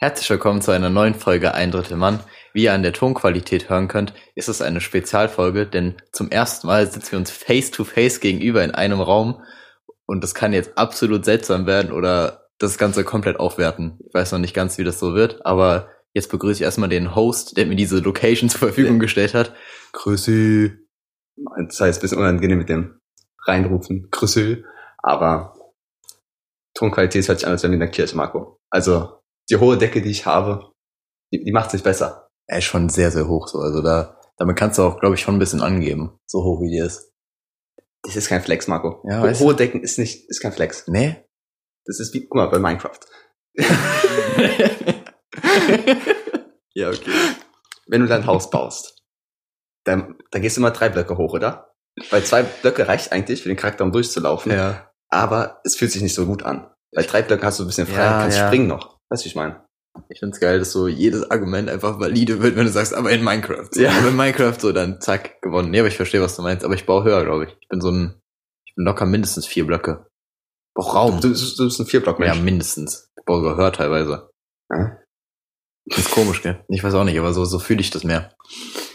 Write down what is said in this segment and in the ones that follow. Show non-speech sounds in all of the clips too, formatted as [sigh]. Herzlich willkommen zu einer neuen Folge Ein Drittel Mann. Wie ihr an der Tonqualität hören könnt, ist es eine Spezialfolge, denn zum ersten Mal sitzen wir uns face to face gegenüber in einem Raum und das kann jetzt absolut seltsam werden oder das Ganze komplett aufwerten. Ich weiß noch nicht ganz, wie das so wird, aber jetzt begrüße ich erstmal den Host, der mir diese Location zur Verfügung gestellt hat. Grüße. Das heißt, ein bisschen unangenehm mit dem Reinrufen, Grüße. Aber Tonqualität hört sich an, als wären wir in der Kirche, Marco. Also, die hohe Decke, die ich habe, die, die macht sich besser. Er ist schon sehr, sehr hoch so. Also da, damit kannst du auch, glaube ich, schon ein bisschen angeben, so hoch wie die ist. Das ist kein Flex, Marco. Ja, Ho weißt du. hohe Decken ist nicht, ist kein Flex. [laughs] Nee? Das ist wie, guck mal, bei Minecraft. Ja, okay. Wenn du dein Haus baust, dann, dann gehst du immer drei Blöcke hoch, oder? Weil zwei Blöcke reicht eigentlich für den Charakter, um durchzulaufen. ja. Aber es fühlt sich nicht so gut an. Bei drei Blöcken hast du ein bisschen frei, Ja, kannst ja. springen noch. Weißt du, wie ich meine? Ich find's geil, dass so jedes Argument einfach valide wird, wenn du sagst, aber in Minecraft. So. Ja. Aber in Minecraft so, dann zack, gewonnen. Nee, aber ich verstehe, was du meinst. Aber ich baue höher, glaube ich. Ich bin so ein, ich bin locker mindestens vier Blöcke. Ich brauch Raum. Du, du du bist ein Oh. ja, Vierblock-Mensch. mindestens. Ich baue sogar höher teilweise. Ja. Das ist komisch, gell? Ich weiß auch nicht, aber so, so fühle ich das mehr.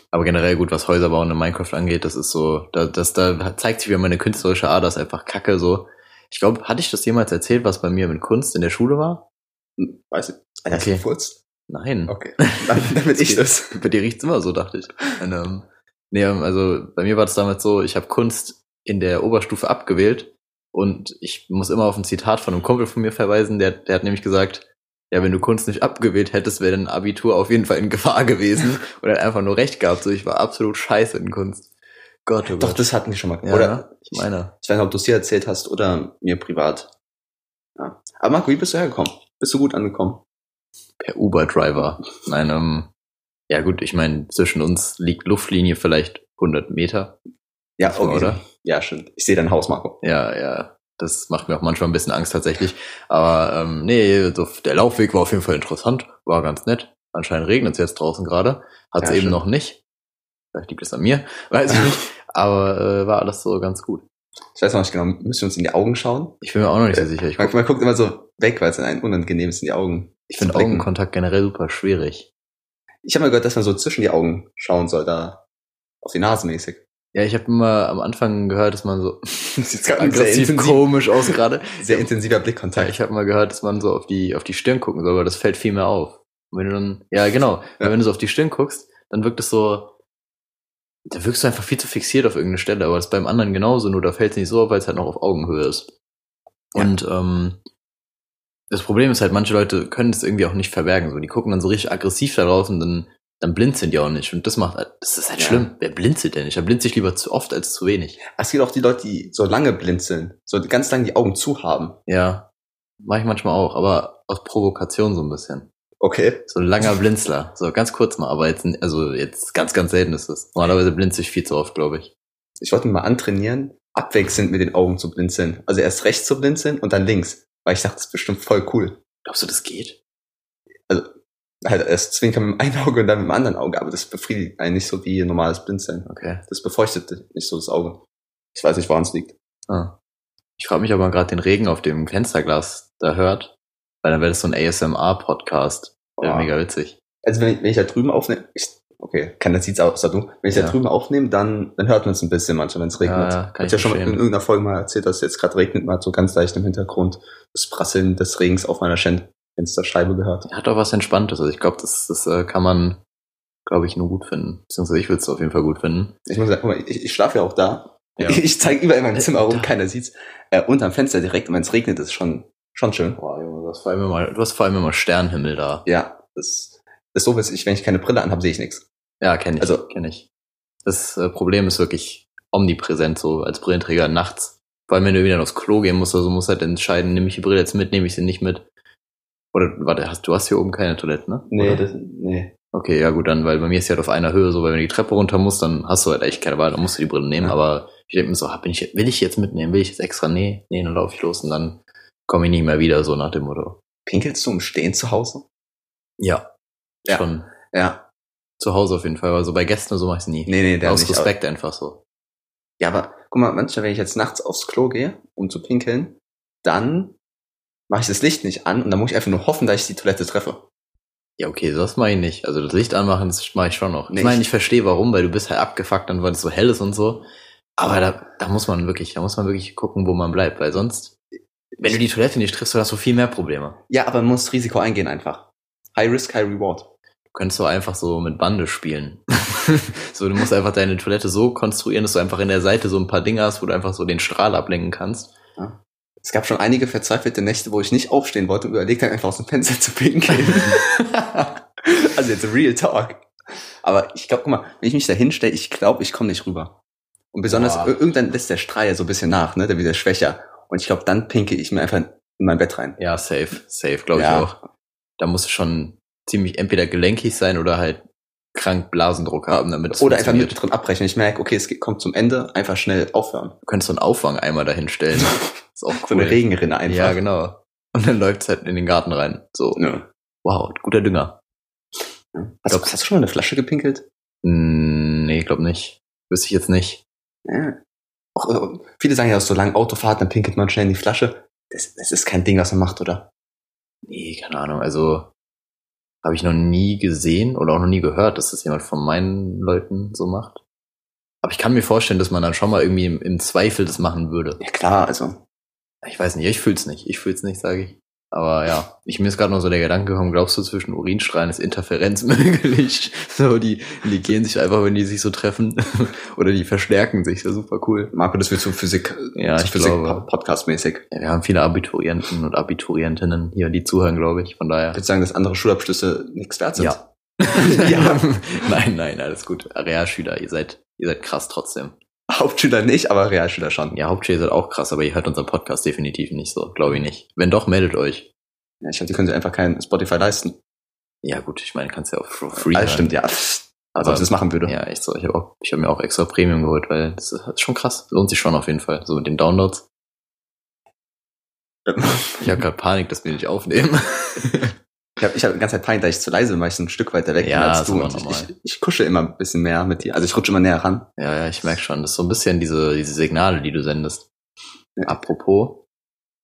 Aber generell gut, was Häuser bauen in Minecraft angeht, das ist so, da, das, da zeigt sich wieder meine künstlerische Ader, ist einfach kacke so. Ich glaube, hatte ich das jemals erzählt, was bei mir mit Kunst in der Schule war? Hm, Weißt du, einer ist Okay. gefurzt. Nein. [laughs] Okay. Dann, dann bin ich das. Bei dir riecht's immer so, dachte ich. Und, ähm, nee, ähm, also bei mir war das damals so, ich habe Kunst in der Oberstufe abgewählt und ich muss immer auf ein Zitat von einem Kumpel von mir verweisen, der, der hat nämlich gesagt, ja, wenn du Kunst nicht abgewählt hättest, wäre dein Abitur auf jeden Fall in Gefahr gewesen und hat einfach nur recht gehabt. So, ich war absolut scheiße in Kunst. Gott, oh Doch, Gott. das hatten wir schon mal. ja, Oder, ich meine. ich weiß nicht, ob du es dir erzählt hast oder mir privat. Ja. Aber Marco, wie bist du hergekommen? Bist du gut angekommen? Per Uber-Driver. Nein, ähm, ja gut, ich meine, zwischen uns liegt Luftlinie vielleicht 100 Meter, Ja, so, oder? Ja, stimmt. Ich sehe dein Haus, Marco. Ja, ja. Das macht mir auch manchmal ein bisschen Angst tatsächlich. Aber ähm, nee, so, der Laufweg war auf jeden Fall interessant, war ganz nett. Anscheinend regnet es jetzt draußen gerade. Hat es Ja, eben stimmt. noch nicht. Vielleicht liegt es an mir, [laughs] weiß ich nicht. Aber äh, war alles so ganz gut. Ich weiß noch nicht genau, müssen wir uns in die Augen schauen? Ich bin mir auch noch nicht so sicher. Ich, Man, man guckt immer so weg, weil es einem unangenehm ist in die Augen. ich zu finde blicken. Augenkontakt generell super schwierig. Ich habe mal gehört, dass man so zwischen die Augen schauen soll, da auf die Nase mäßig. [laughs] Ja, ich habe immer am Anfang gehört, dass man so Das ist aggressiv intensiv, komisch aus gerade. sehr intensiver Ja, Blickkontakt. ich habe mal gehört, dass man so auf die, auf die Stirn gucken soll, aber das fällt viel mehr auf. Und wenn du dann, ja, genau. Weil Ja. Wenn du so auf die Stirn guckst, dann wirkt es so, da wirkst du einfach viel zu fixiert auf irgendeine Stelle, aber das ist beim anderen genauso, nur da fällt es nicht so auf, weil es halt noch auf Augenhöhe ist. Ja. Und ähm, das Problem ist halt, manche Leute können es irgendwie auch nicht verbergen. So, die gucken dann so richtig aggressiv da drauf und dann, dann blinzeln die auch nicht. Und das macht halt, das ist halt Ja. schlimm. Wer blinzelt denn nicht? Da blinzelt ich lieber zu oft als zu wenig. Ah, Es gibt auch die Leute, die so lange blinzeln, so ganz lange die Augen zu haben. Ja. Mach ich manchmal auch, aber aus Provokation so ein bisschen. Okay. So ein langer Blinzler. So ganz kurz mal, aber jetzt, also jetzt ganz, ganz selten ist es. Normalerweise blinze ich viel zu oft, glaube ich. Ich wollte mir mal antrainieren, abwechselnd mit den Augen zu blinzeln. Also erst rechts zu blinzeln und dann links. Weil ich dachte, das ist bestimmt voll cool. Glaubst du, das geht? Halt erst zwinkern mit dem einen Auge und dann mit dem anderen Auge, aber das befriedigt einen nicht so wie normales Blinzeln. Okay. Das befeuchtet nicht so das Auge. Ich weiß nicht, woran es liegt. Ah. Ich frage mich, ob man gerade den Regen auf dem Fensterglas da hört. Weil dann wäre das so ein ASMR-Podcast. Wäre Boah. mega witzig. Also wenn ich, wenn ich da drüben aufnehme, ich, okay, kann das sieht's aus, sag du. Wenn ich Ja. da drüben aufnehme, dann, dann hört man es ein bisschen manchmal, wenn es regnet. Ja, ja, kann Hat ich ja schon mal in verstehen. irgendeiner Folge mal erzählt, dass es jetzt gerade regnet, man hat so ganz leicht im Hintergrund das Prasseln des Regens auf meiner Schen Fensterscheibe gehört. Hat doch was Entspanntes. Also ich glaube, das, das äh, kann man, glaube ich, nur gut finden. Beziehungsweise ich würde es auf jeden Fall gut finden. Ich muss sagen, guck mal, ich, ich schlafe ja auch da. Ja. Ich zeige überall in meinem Zimmer rum, Da. keiner sieht's. Äh, unterm Fenster direkt, und wenn es regnet, ist schon, schon schön. Boah, Junge, du hast vor allem immer, du hast vor allem immer Sternhimmel da. Ja, das, das Doofe ist, ich, wenn ich keine Brille anhabe, sehe ich nichts. Ja, kenne ich. Also- kenne ich. Das äh, Problem ist wirklich omnipräsent, so als Brillenträger nachts. Vor allem, wenn du wieder aufs Klo gehen musst, also musst halt entscheiden, nehme ich die Brille jetzt mit, nehme ich sie nicht mit. Oder warte, hast, du hast hier oben keine Toilette, ne? Oder? nee. Okay, ja gut, dann, weil bei mir ist ja halt auf einer Höhe so, weil wenn du die Treppe runter musst, dann hast du halt echt keine Wahl, dann musst du die Brille nehmen, Ja. aber ich denke mir so, ah, bin ich, will ich jetzt mitnehmen, will ich jetzt extra? Nee, nee, dann laufe ich los und dann komme ich nicht mehr wieder, so nach dem Motto. Pinkelst du im Stehen zu Hause? Ja. Ja. Schon Ja. zu Hause auf jeden Fall, weil so bei Gästen und so mache ich es nie. Nee, nee, der Aus nicht, aber- Respekt einfach so. Ja, aber guck mal, manchmal, wenn ich jetzt nachts aufs Klo gehe, um zu pinkeln, dann mache ich das Licht nicht an und dann muss ich einfach nur hoffen, dass ich die Toilette treffe. Ja, okay, das mache ich nicht. Also das Licht anmachen, das mache ich schon noch. Nee, ich meine, ich- ich verstehe warum, weil du bist halt abgefuckt dann, weil es so hell ist und so. Aber da, da muss man wirklich, da muss man wirklich gucken, wo man bleibt, weil sonst, wenn du die Toilette nicht triffst, dann hast du viel mehr Probleme. Ja, aber man muss Risiko eingehen einfach. High Risk, High Reward. Du könntest du einfach so mit Bande spielen. [laughs] so, du musst einfach deine Toilette so konstruieren, dass du einfach in der Seite so ein paar Dinge hast, wo du einfach so den Strahl ablenken kannst. Es gab schon einige verzweifelte Nächte, wo ich nicht aufstehen wollte und überlegt habe, einfach aus dem Fenster zu pinkeln. [laughs] also jetzt real talk. Aber ich glaube, guck mal, wenn ich mich da hinstelle, ich glaube, ich komme nicht rüber. Und besonders, Boah. ir- irgendwann lässt der Strahl ja so ein bisschen nach, ne? Der wird ja schwächer. Und ich glaube, dann pinke ich mir einfach in mein Bett rein. Ja, safe, safe, glaube Ja. ich auch. Da musst du schon ziemlich entweder gelenkig sein oder halt krank Blasendruck haben, damit es Oder einfach funktioniert. mittendrin abbrechen. Ich merke, okay, es geht- kommt zum Ende, einfach schnell aufhören. [laughs] Du könntest so einen Auffangeimer [laughs] dahinstellen. Ist auch cool. So eine Regenrinne einfach. Ja, genau. Und dann läuft's halt in den Garten rein. So, Ja. wow, guter Dünger. Hast, du- hast du schon mal eine Flasche gepinkelt? Hm, nee, glaub nicht. Wüsste ich jetzt nicht. Ja. Auch, äh, viele sagen ja, aus so langen Autofahrten, dann pinkelt man schnell in die Flasche. Das, das ist kein Ding, was man macht, oder? Nee, keine Ahnung. Also habe ich noch nie gesehen oder auch noch nie gehört, dass das jemand von meinen Leuten so macht. Aber ich kann mir vorstellen, dass man dann schon mal irgendwie im, im Zweifel das machen würde. Ja klar, also. Ich weiß nicht, ich fühl's nicht. Ich fühl's nicht, sage ich. Aber ja, ich mir ist gerade noch so der Gedanke gekommen, glaubst du, zwischen Urinstrahlen ist Interferenz [laughs] möglich? So, die, die gehen sich einfach, wenn die sich so treffen. [laughs] Oder die verstärken sich, ja super cool. Marco, das wird so Physik, Ja, so ich glaube. Podcast-mäßig. Ja, wir haben viele Abiturienten und Abiturientinnen hier, die zuhören, glaube ich. Von daher. [laughs] Ich würde sagen, dass andere Schulabschlüsse nichts wert sind. Ja. [laughs] [laughs] Ja. nein, nein, alles gut. Realschüler, ihr seid, ihr seid krass trotzdem. Hauptschüler nicht, aber Realschüler schon. Ja, Hauptschüler seid auch krass, aber ihr hört unseren Podcast definitiv nicht so, glaube ich nicht. Wenn doch, meldet euch. Ja, ich glaube, die können sich einfach keinen Spotify leisten. Ja, gut, ich meine, kannst ja auch for free. Ah, hören. stimmt, ja. Also, ob ich das machen würde. Ja, echt so. Ich habe auch, ich habe mir auch extra Premium geholt, weil das ist das ist schon krass. Lohnt sich schon auf jeden Fall. So mit den Downloads. Ich habe gerade Panik, dass wir nicht aufnehmen. [laughs] Ich habe ich hab die ganze Zeit Panik, da ich zu leise bin, weil ich ein Stück weiter weg bin Ja, als ist du. aber Und ich, normal. ich, ich kusche immer ein bisschen mehr mit dir. Also ich rutsche immer näher ran. ja, ja, ich merk schon. Das ist so ein bisschen diese, diese Signale, die du sendest. Apropos.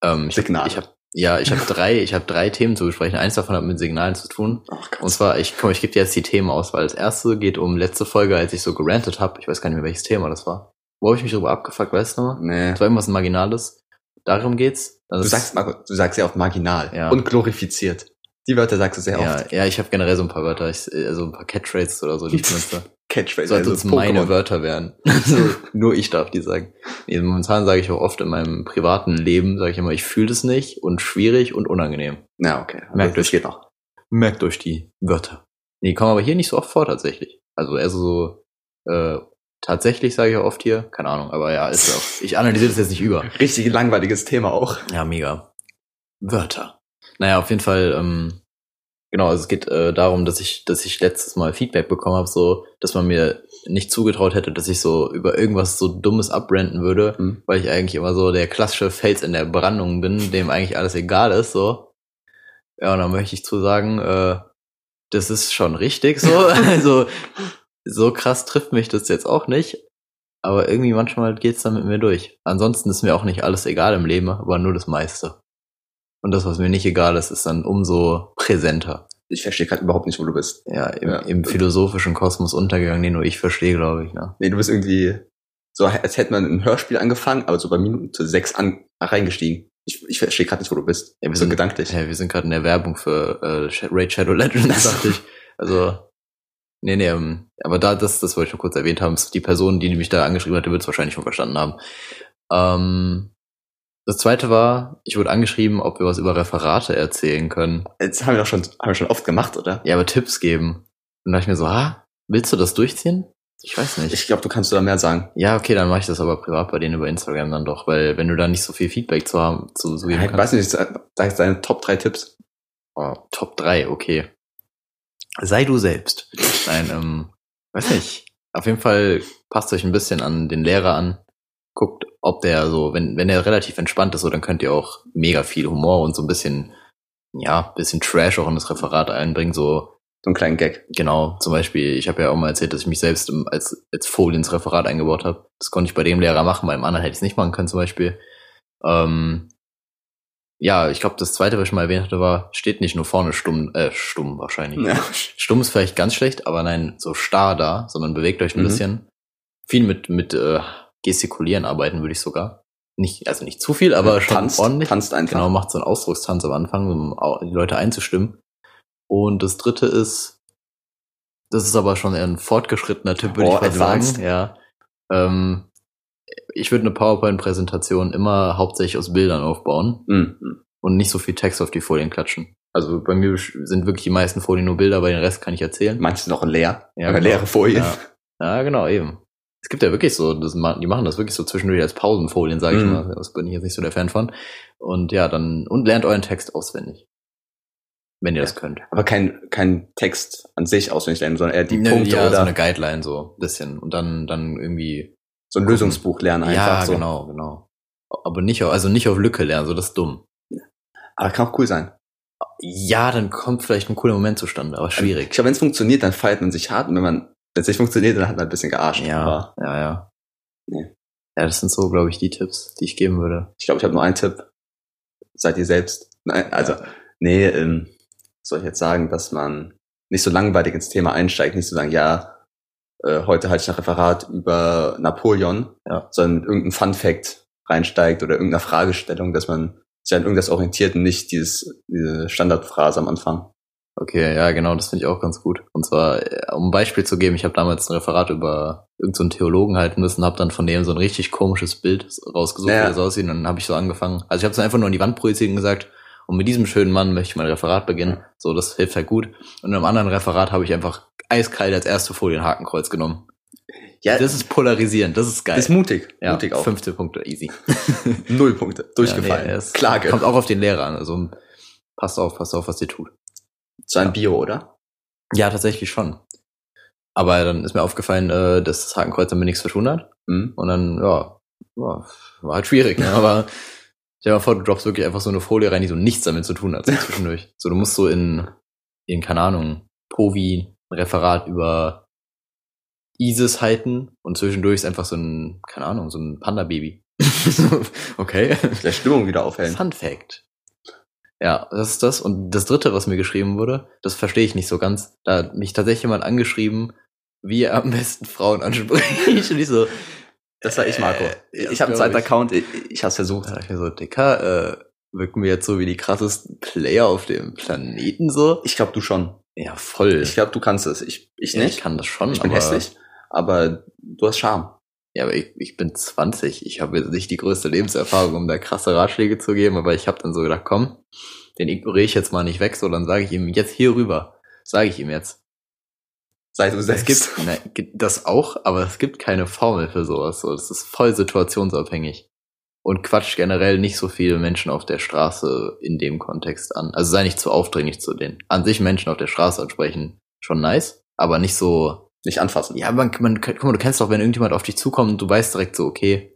Ähm, ich Signal. Ich hab, ja, ich habe drei, ich habe drei Themen zu besprechen. Eins davon hat mit Signalen zu tun. Ach, Und zwar, ich komm, ich gebe dir jetzt die Themen aus, weil das erste geht um letzte Folge, als ich so gerantet habe. Ich weiß gar nicht mehr, welches Thema das war. Wo habe ich mich drüber abgefuckt, weißt du noch? nee. Das war irgendwas Marginales. Darum geht's. Also Dann Du ist- sagst, Marco, du sagst ja oft marginal Ja. und glorifiziert. Die Wörter sagst du sehr ja, oft. ja, ich habe generell so ein paar Wörter, ich, also ein paar Catchrates oder so, die ich [laughs] benutze. Catchphrase. So, als ob es meine Also Pokémon. Wörter [laughs] wären. so, nur ich darf die sagen. Nee, momentan sage ich auch oft in meinem privaten Leben, sage ich immer, ich fühle es nicht und schwierig und unangenehm. Na, okay. Also, Merkt das euch. geht noch. merkt euch die Wörter. Nee, die kommen aber hier nicht so oft vor tatsächlich. Also eher so, äh, tatsächlich sage ich auch oft hier, keine Ahnung, aber ja, ist auch. Ich analysiere das jetzt nicht über. Richtig langweiliges Thema auch. Ja, mega. Wörter. Naja, auf jeden Fall, ähm, genau, also es geht äh, darum, dass ich, dass ich letztes Mal Feedback bekommen habe, so, dass man mir nicht zugetraut hätte, dass ich so über irgendwas so Dummes abrenten würde, Mhm. weil ich eigentlich immer so der klassische Fels in der Brandung bin, dem eigentlich alles egal ist, so. Ja, und dann möchte ich zu sagen, äh, das ist schon richtig so. also, so krass trifft mich das jetzt auch nicht. Aber irgendwie manchmal geht's dann mit mir durch. Ansonsten ist mir auch nicht alles egal im Leben, aber nur das meiste. Und das, was mir nicht egal ist, ist dann umso präsenter. Ich verstehe gerade überhaupt nicht, wo du bist. Ja, im, Ja. im philosophischen Kosmos untergegangen, den nur ich verstehe, glaube ich. Ne? Nee, du bist irgendwie so, als hätte man ein Hörspiel angefangen, aber so bei Minute sechs an, reingestiegen. Ich, ich verstehe gerade nicht, wo du bist. Ja, wir so sind- gedanklich. Hey, wir sind gerade in der Werbung für äh, Sha- Raid Shadow Legends, dachte ich. Also, nee, nee, ähm, aber da, das, das wollte ich nur kurz erwähnt haben. Die Person, die mich da angeschrieben hatte, wird es wahrscheinlich schon verstanden haben. Ähm, das zweite war, ich wurde angeschrieben, ob wir was über Referate erzählen können. Jetzt haben wir doch schon, haben wir schon oft gemacht, oder? ja, aber Tipps geben. Und da dachte ich mir so, ha, willst du das durchziehen? Ich weiß nicht. Ich glaube, du kannst da mehr sagen. ja, okay, dann mache ich das aber privat bei denen über Instagram dann doch, weil wenn du da nicht so viel Feedback zu haben, zu, zu geben Ich kannst. weiß nicht, sag sag jetzt deine Top drei Tipps. Oh, Top 3, okay. Sei du selbst. Nein, ähm, weiß nicht. Auf jeden Fall passt euch ein bisschen an den Lehrer an. Guckt, ob der so, wenn, wenn der relativ entspannt ist, so, dann könnt ihr auch mega viel Humor und so ein bisschen, ja, bisschen Trash auch in das Referat einbringen, so So einen kleinen Gag. Genau, zum Beispiel, ich habe ja auch mal erzählt, dass ich mich selbst im, als, als Folie ins Referat eingebaut habe. Das konnte ich bei dem Lehrer machen, bei dem anderen hätte ich es nicht machen können zum Beispiel. Ähm, ja, ich glaube, das zweite, was ich mal erwähnt hatte, war, steht nicht nur vorne stumm, äh, stumm wahrscheinlich. Ja. Stumm ist vielleicht ganz schlecht, aber nein, so starr da, sondern bewegt euch ein Mhm. bisschen. Viel mit, mit äh, Gestikulieren arbeiten würde ich sogar. Nicht, also nicht zu viel, aber schon Äh, tanzt, ordentlich. tanzt einfach. Genau, macht so einen Ausdruckstanz am Anfang, um au- die Leute einzustimmen. Und das dritte ist, das ist aber schon eher ein fortgeschrittener Tipp, würde Oh, ich fast advanced. sagen. Ja. Ähm, ich würde eine PowerPoint-Präsentation immer hauptsächlich aus Bildern aufbauen Mhm. und nicht so viel Text auf die Folien klatschen. Also bei mir sind wirklich die meisten Folien nur Bilder, bei den Rest kann ich erzählen. Manche noch leer, Ja, aber genau. leere Folien. Ja. Ja, genau, eben. Es gibt ja wirklich so, das, ma- die machen das wirklich so zwischendurch als Pausenfolien, sage ich Mhm. mal. Das bin ich jetzt nicht so der Fan von. Und ja, dann, und lernt euren Text auswendig. Wenn ihr das könnt. Aber kein, kein Text an sich auswendig lernen, sondern eher die Ne, Punkte ja, so oder eine Guideline so, bisschen. Und dann, dann irgendwie. so ein Lösungsbuch lernen einfach. ja, so. genau, genau. Aber nicht, auf- also nicht auf Lücke lernen, so das ist dumm. Aber kann auch cool sein. Ja, dann kommt vielleicht ein cooler Moment zustande, aber Ich schwierig. glaube, wenn es funktioniert, dann feiert man sich hart und wenn man wenn es nicht funktioniert, dann hat man ein bisschen gearscht. Ja, Aber ja, ja. Nee. Ja, das sind so, glaube ich, die Tipps, die ich geben würde. ich glaube, ich habe nur einen Tipp. Seid ihr selbst. Nein, also, nee, ähm, was soll ich jetzt sagen, dass man nicht so langweilig ins Thema einsteigt, nicht so sagen, ja, äh, heute halte ich ein Referat über Napoleon, Ja. sondern mit irgendeinem Fun Fact reinsteigt oder irgendeiner Fragestellung, dass man sich an irgendwas orientiert und nicht dieses, diese Standardphrase am Anfang. Okay, ja, genau, das finde ich auch ganz gut. Und zwar, äh, um ein Beispiel zu geben, ich habe damals ein Referat über irgendeinen Theologen halten müssen, habe dann von dem so ein richtig komisches Bild rausgesucht, Ja. wie das aussieht, und dann habe ich so angefangen. Also ich habe es einfach nur an die Wand projiziert und gesagt, und mit diesem schönen Mann möchte ich mein Referat beginnen. So, das hilft halt gut. Und in einem anderen Referat habe ich einfach eiskalt als erste Folie ein Hakenkreuz genommen. Ja, Das ist polarisierend, das ist geil. das ist mutig. ja, Mutig auch. 15 Punkte, easy. Null Punkte. Durchgefallen. Ja, nee, es Klage. Kommt auch auf den Lehrer an, also passt auf, passt auf, was ihr tut. So ein Bio, oder? Ja, tatsächlich schon. Aber dann ist mir aufgefallen, äh, dass das Hakenkreuz damit nichts zu tun hat. Mhm. Und dann, ja, ja war halt schwierig, ne? aber [laughs] stell dir mal vor, du droppst wirklich einfach so eine Folie rein, die so nichts damit zu tun hat, so zwischendurch. So, du musst so in, in, keine Ahnung, Povi ein Referat über ISIS halten und zwischendurch ist einfach so ein, keine Ahnung, so ein Panda-Baby. [laughs] So, okay. Der Stimmung wieder aufhellen. Fun Fact. Ja, das ist das. Und das dritte, was mir geschrieben wurde, das verstehe ich nicht so ganz. Da hat mich tatsächlich jemand angeschrieben, wie er am besten Frauen anspricht. [laughs] Und ich so, Das war ich, Marco. Äh, ja, ich habe glaub einen zweiten ich. Account. Ich, ich hab's versucht. da dachte ich mir so, Dicker, äh, wirken wir jetzt so wie die krassesten Player auf dem Planeten so? Ich glaube, du schon. Ja, voll. Ich glaube, du kannst es. Ich, ich ja, nicht. ich kann das schon, Ich bin aber, hässlich, aber du hast Charme. Ja, aber ich, ich bin 20. Ich habe jetzt nicht die größte Lebenserfahrung, um da krasse Ratschläge zu geben, aber ich habe dann so gedacht, komm, den ignoriere ich jetzt mal nicht weg, so dann sage ich ihm jetzt hier rüber. Sage ich ihm jetzt. Sei du Es selbst. gibt na, gibt das auch, aber es gibt keine Formel für sowas. So, das ist voll situationsabhängig. Und quatscht generell nicht so viele Menschen auf der Straße in dem Kontext an. Also sei nicht zu aufdringlich zu denen. An sich Menschen auf der Straße ansprechen, schon nice, aber nicht so. nicht anfassen. Ja, man, man guck mal, du kennst doch, wenn irgendjemand auf dich zukommt und du weißt direkt so, okay,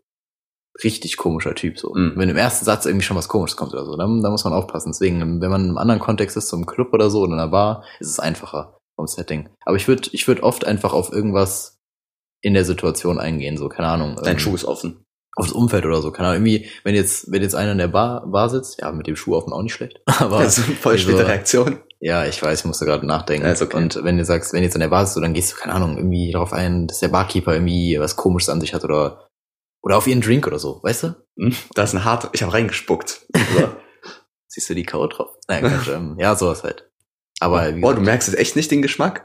richtig komischer Typ so. Mhm. Wenn im ersten Satz irgendwie schon was komisches kommt oder so, dann, dann muss man aufpassen. Deswegen, wenn man in einem anderen Kontext ist, zum Club oder so oder in einer Bar, ist es einfacher vom Setting. Aber ich würde ich würd oft einfach auf irgendwas in der Situation eingehen, so, keine Ahnung. Dein ähm, Schuh ist offen. Aufs Umfeld oder so, keine Ahnung. Irgendwie, wenn jetzt, wenn jetzt einer in der Bar, Bar sitzt, ja, mit dem Schuh offen auch nicht schlecht, [laughs] aber. Das ist eine voll Wieso? späte Reaktion. Ja, ich weiß, ich musste gerade nachdenken. Ja, ist okay. Und wenn du sagst, wenn jetzt an der Bar ist, so, dann gehst du, keine Ahnung, irgendwie darauf ein, dass der Barkeeper irgendwie was Komisches an sich hat oder, oder auf ihren Drink oder so, weißt du? Hm? Das ist ein hart. Ich habe reingespuckt. So. Siehst du die K.O. drauf? Nein, [laughs] Quatsch, ähm, ja, sowas halt. Aber wie Boah, gesagt, du merkst jetzt echt nicht den Geschmack.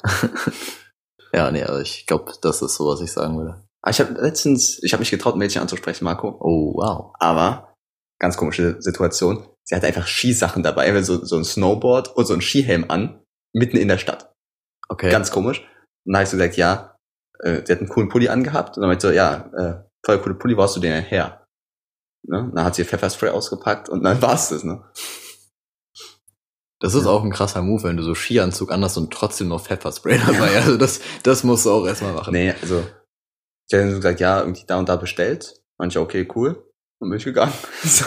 ja, nee, also ich glaube, das ist so, was ich sagen würde. Aber Ah, ich habe letztens, ich habe mich getraut, ein Mädchen anzusprechen, Marco. Oh, wow. Aber ganz komische Situation. Sie hatte einfach Skisachen dabei, so, so ein Snowboard und so ein Skihelm an, mitten in der Stadt. Okay. ganz komisch. Und dann habe ich so gesagt, ja, äh, sie hat einen coolen Pulli angehabt. Und dann meinte ich so, ja, äh, voll coole Pulli, wo hast du den denn her? Ne? Und dann hat sie Pfefferspray ausgepackt und dann [laughs] war's das, ne? das ist auch ein krasser Move, wenn du so Skianzug anhast und trotzdem noch Pfefferspray [laughs] dabei. Also das, das musst du auch erstmal machen. Nee, also, ich habe so gesagt, ja, irgendwie da und da bestellt. Manche, okay, cool. Und bin ich gegangen. [laughs] So.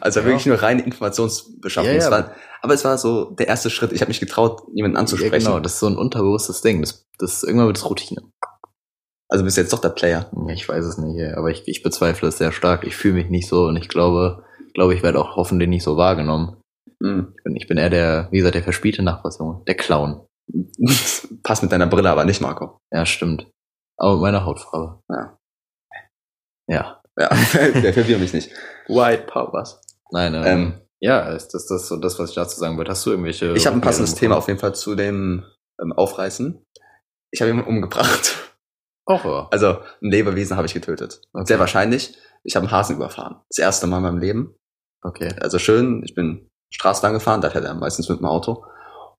Also Ja. wirklich nur reine Informationsbeschaffung. Ja, ja. Es war, aber es war so der erste Schritt. Ich habe mich getraut, jemanden anzusprechen. Ja, genau, das ist so ein unterbewusstes Ding. Das, das irgendwann wird es Routine. Also bist jetzt doch der Player. Ja, Ich weiß es nicht, ey, aber ich, ich bezweifle es sehr stark. Ich fühle mich nicht so und ich glaube, glaube ich, werde auch hoffentlich nicht so wahrgenommen. [laughs] Mhm. Ich bin, ich bin eher der, wie gesagt, der verspielte Nachbarsjunge. Der Clown. Passt mit deiner Brille aber nicht, Marco. Ja, stimmt. Aber mit meiner Hautfarbe. Ja. Ja. Ja, [laughs] der verwirrt mich nicht. White Powers. Nein, ähm, Ähm, ja, ist das, das so das, was ich dazu sagen wollte. Hast du irgendwelche. Ich habe ein passendes Thema Rückmeldungen auf jeden Fall zu dem ähm, Aufreißen. Ich habe jemanden umgebracht. [laughs] bekommen? Horror. Also ein Lebewesen habe ich getötet. Okay. Sehr wahrscheinlich. Ich habe einen Hasen überfahren. Das erste Mal in meinem Leben. Okay. Also schön, ich bin straßenlang gefahren, da fährt er meistens mit dem Auto.